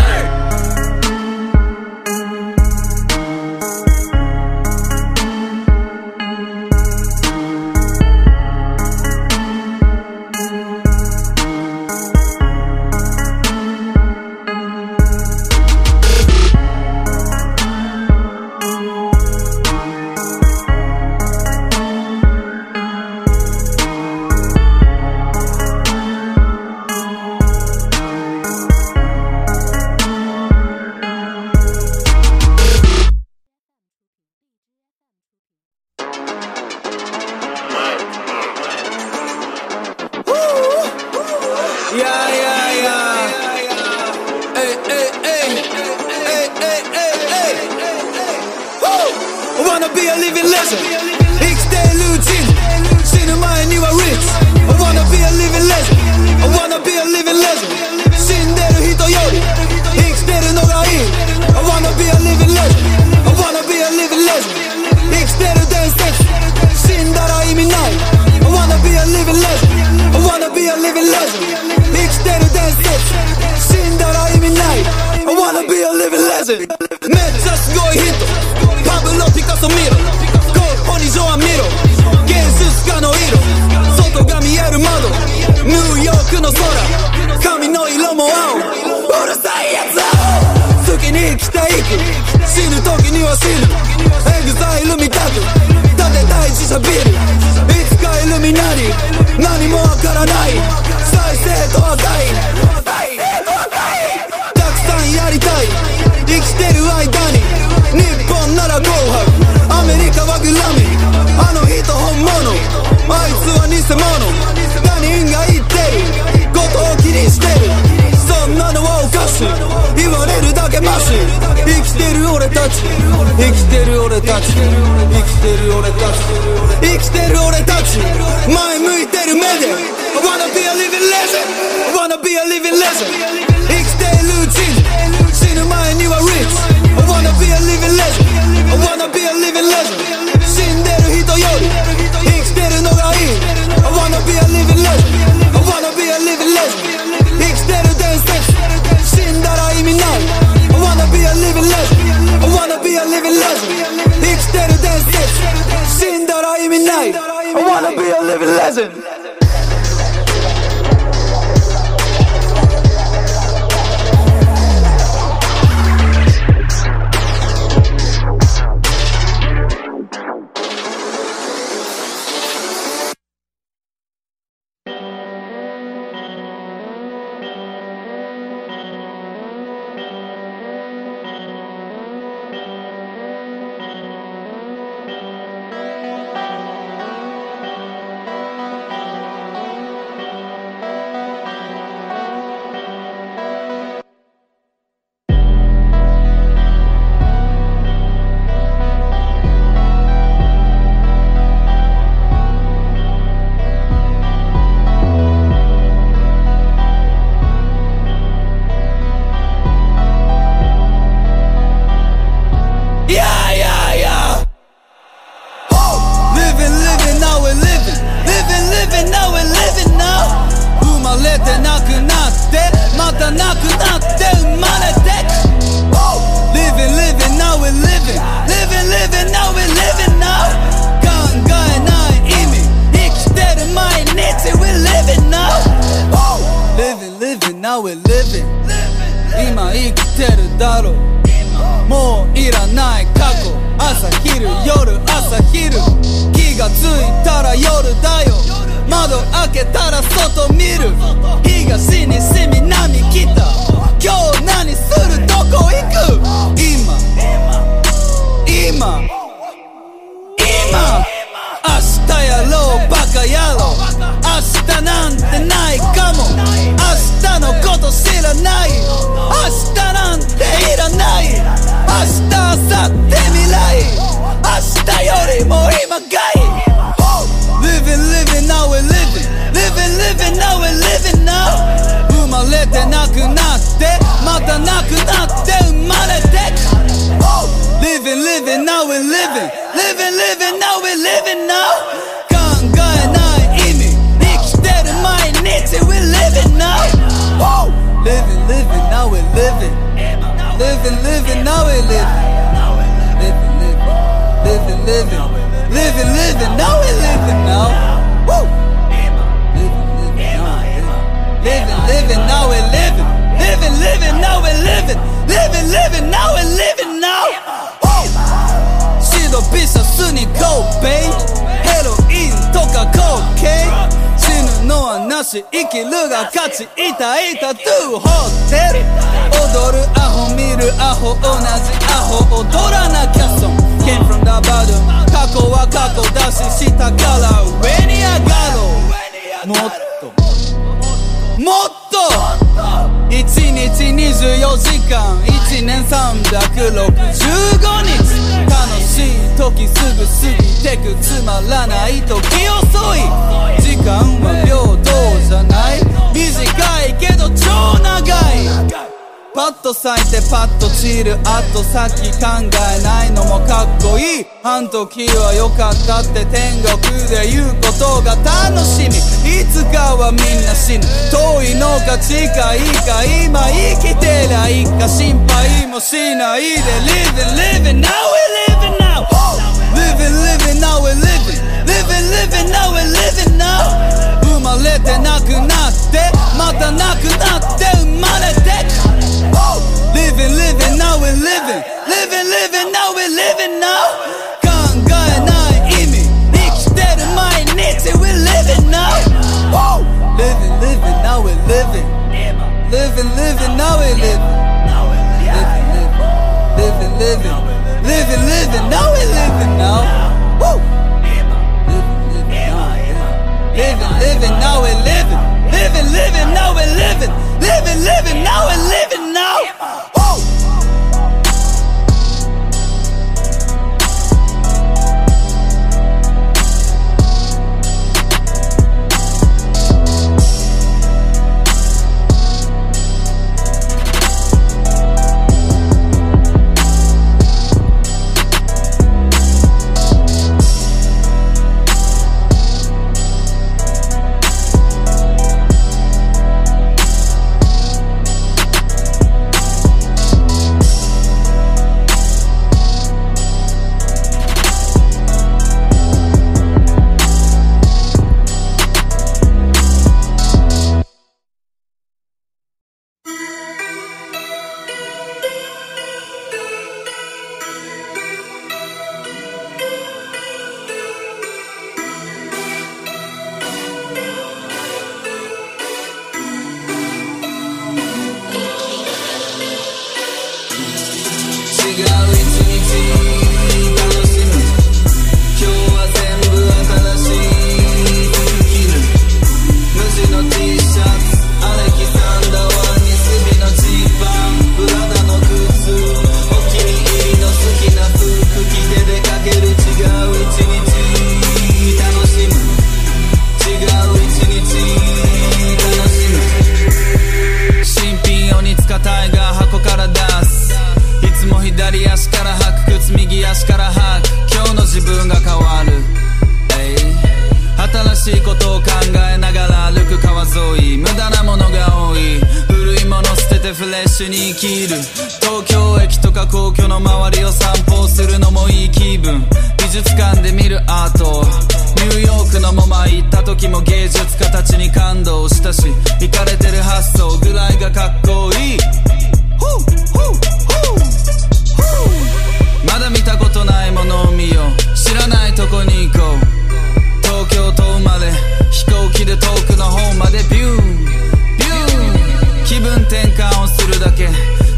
S4: いやいやいやえいえいえいえいえいえい
S7: I wanna be a living legend 生きてるうちに死ぬ前には rich I wanna be a living legend I wanna be a living legend 死んでる人より生きてるのがいい I wanna be a living legend I wanna be a living legend 生きてる伝説死んだら意味ない I wanna be a living legend I wanna be a living legend 生きてる伝説死んだら意味ない I wanna be a living legend めっちゃすごいヒットパブロ・ピカソ見ろゴッホにジョアン見ろ芸術家の色外が見える窓ニューヨークの空髪の色も青うるさいやつ青好きに生きていく死ぬ時には死ぬエグザイルみたく立てたい自社ビルいつかイルミナリ何もわからない再生とはないたくさんやりたい生きてる間に日本なら紅白アメリカはグラミーあの人本物あいつは偽物他人が言ってることを気にしてるそんなのはおかしい言われるだけマシ生きてる俺たち生きてる俺たち生きてる俺たち生きてる俺たち前向いてる目で I wanna be a living legend I wanna be a living legend 生きてるうちに死ぬ前には rich 昼気がついたら夜だよ窓開けたら外見る東西南北今日何するどこ行く今今今明日やろうバカ野郎明日なんてないかも明日のこと知らない明日なんていらない明日明後日未来明日よりも今がいい Living living now we're living Living living now we're living now 生まれてなくなってまたなくなって生まれて Living living now we're living Living living now we're living now 考えない意味生きてる毎日 we're living now Living living now we're living Living living now we're living Living living living living Living, living, now we living now. Woo! Living, living, now we living. Living, living, now we living. Living, living, now we living. Living, living, now we living now. Woo! She the bitch, a sunny go, babe. Heroin とか cocaine. 死ぬのはなし、生きるが勝ち。いたいた do hotel. 踊るアホ、見るアホ、同じアホ。踊らなきゃ損。Came from the bottom 過去は過去だし下から上に上がろうもっともっと1日24時間1年365日楽しい時すぐ過ぎてくつまらない時遅い時間は平等じゃない短いけど超長いパッと咲いてパッと散るあと先考えないのもかっこいいあん時は良かったって天国で言うことが楽しみいつかはみんな死ぬ遠いのか近いか今生きてりゃいいか心配もしないで Living living now we living now Living living now we living Living living now we living now 生まれてなくなってまたなくなって生まれて Living, living, e now we're living Living, living, now we're living now 考えない意味生きてる毎日 We're living now Living, living, now we're living Living, living, now we're living Living, living, living, living, living, now we're living now Woo! Living, living, now we're living Living, living, now we're living Living, living, now we're living Living, living, now we're living now Woo!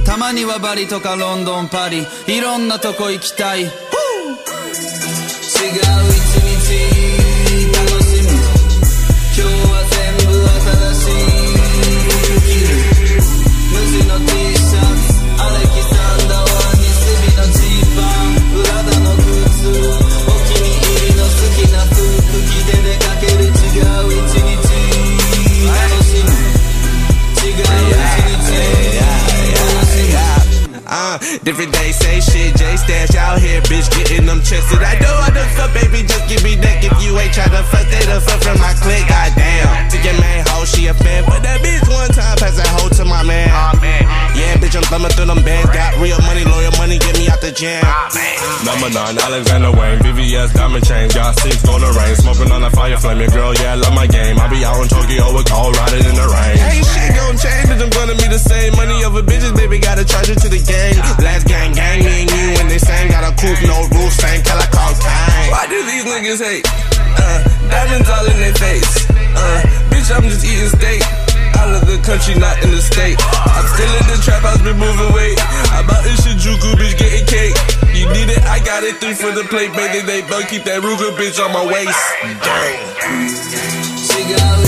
S7: たにはバリとかロンドンパリいろんなとこ行きたい Woo！違う一日楽しむ今日は全部新しい生きる無地の T シャツアレキサンダーは西日のジーパンプラダの靴お気に入りの好きな服着て出かける違う一日楽しむ
S8: Uh, different day, say shit. J stash out here, bitch, getting them chested. I know I done fuck, baby, just give me neck. If you ain't tryna fuck, they done fuck from my clique. Goddamn. To your main hoe, she a fan. But that bitch one time pass that hoe to my man. Yeah, bitch, I'm thumbing through them bands. Got real money, loyal money, get me out the jam.
S9: Number nine, Alexander Wayne, VVS diamond chain, got six golden rings, smoking on a fire flaming girl. Yeah, I love my game. I be out in Tokyo with cold riding in the rain.
S8: Ain't shit gon' change, bitch. I'm gonna be the same. Money over bitches, baby, gotta charge it to the gang. Last gang, gang, me and you and they same. Got a coupe, no roof, same color, call time.
S9: Why do these niggas hate? Uh, diamonds all in their face. Uh, bitch, I'm just eating steak. Out of the country, not in the state. I'm still in the trap, I've been moving weight. I'm out in Shinjuku, bitch, getting cake. You need it, I got it, three for the plate. Baby, they bug, keep that Ruger, bitch, on my waist.
S8: Gang.
S7: She got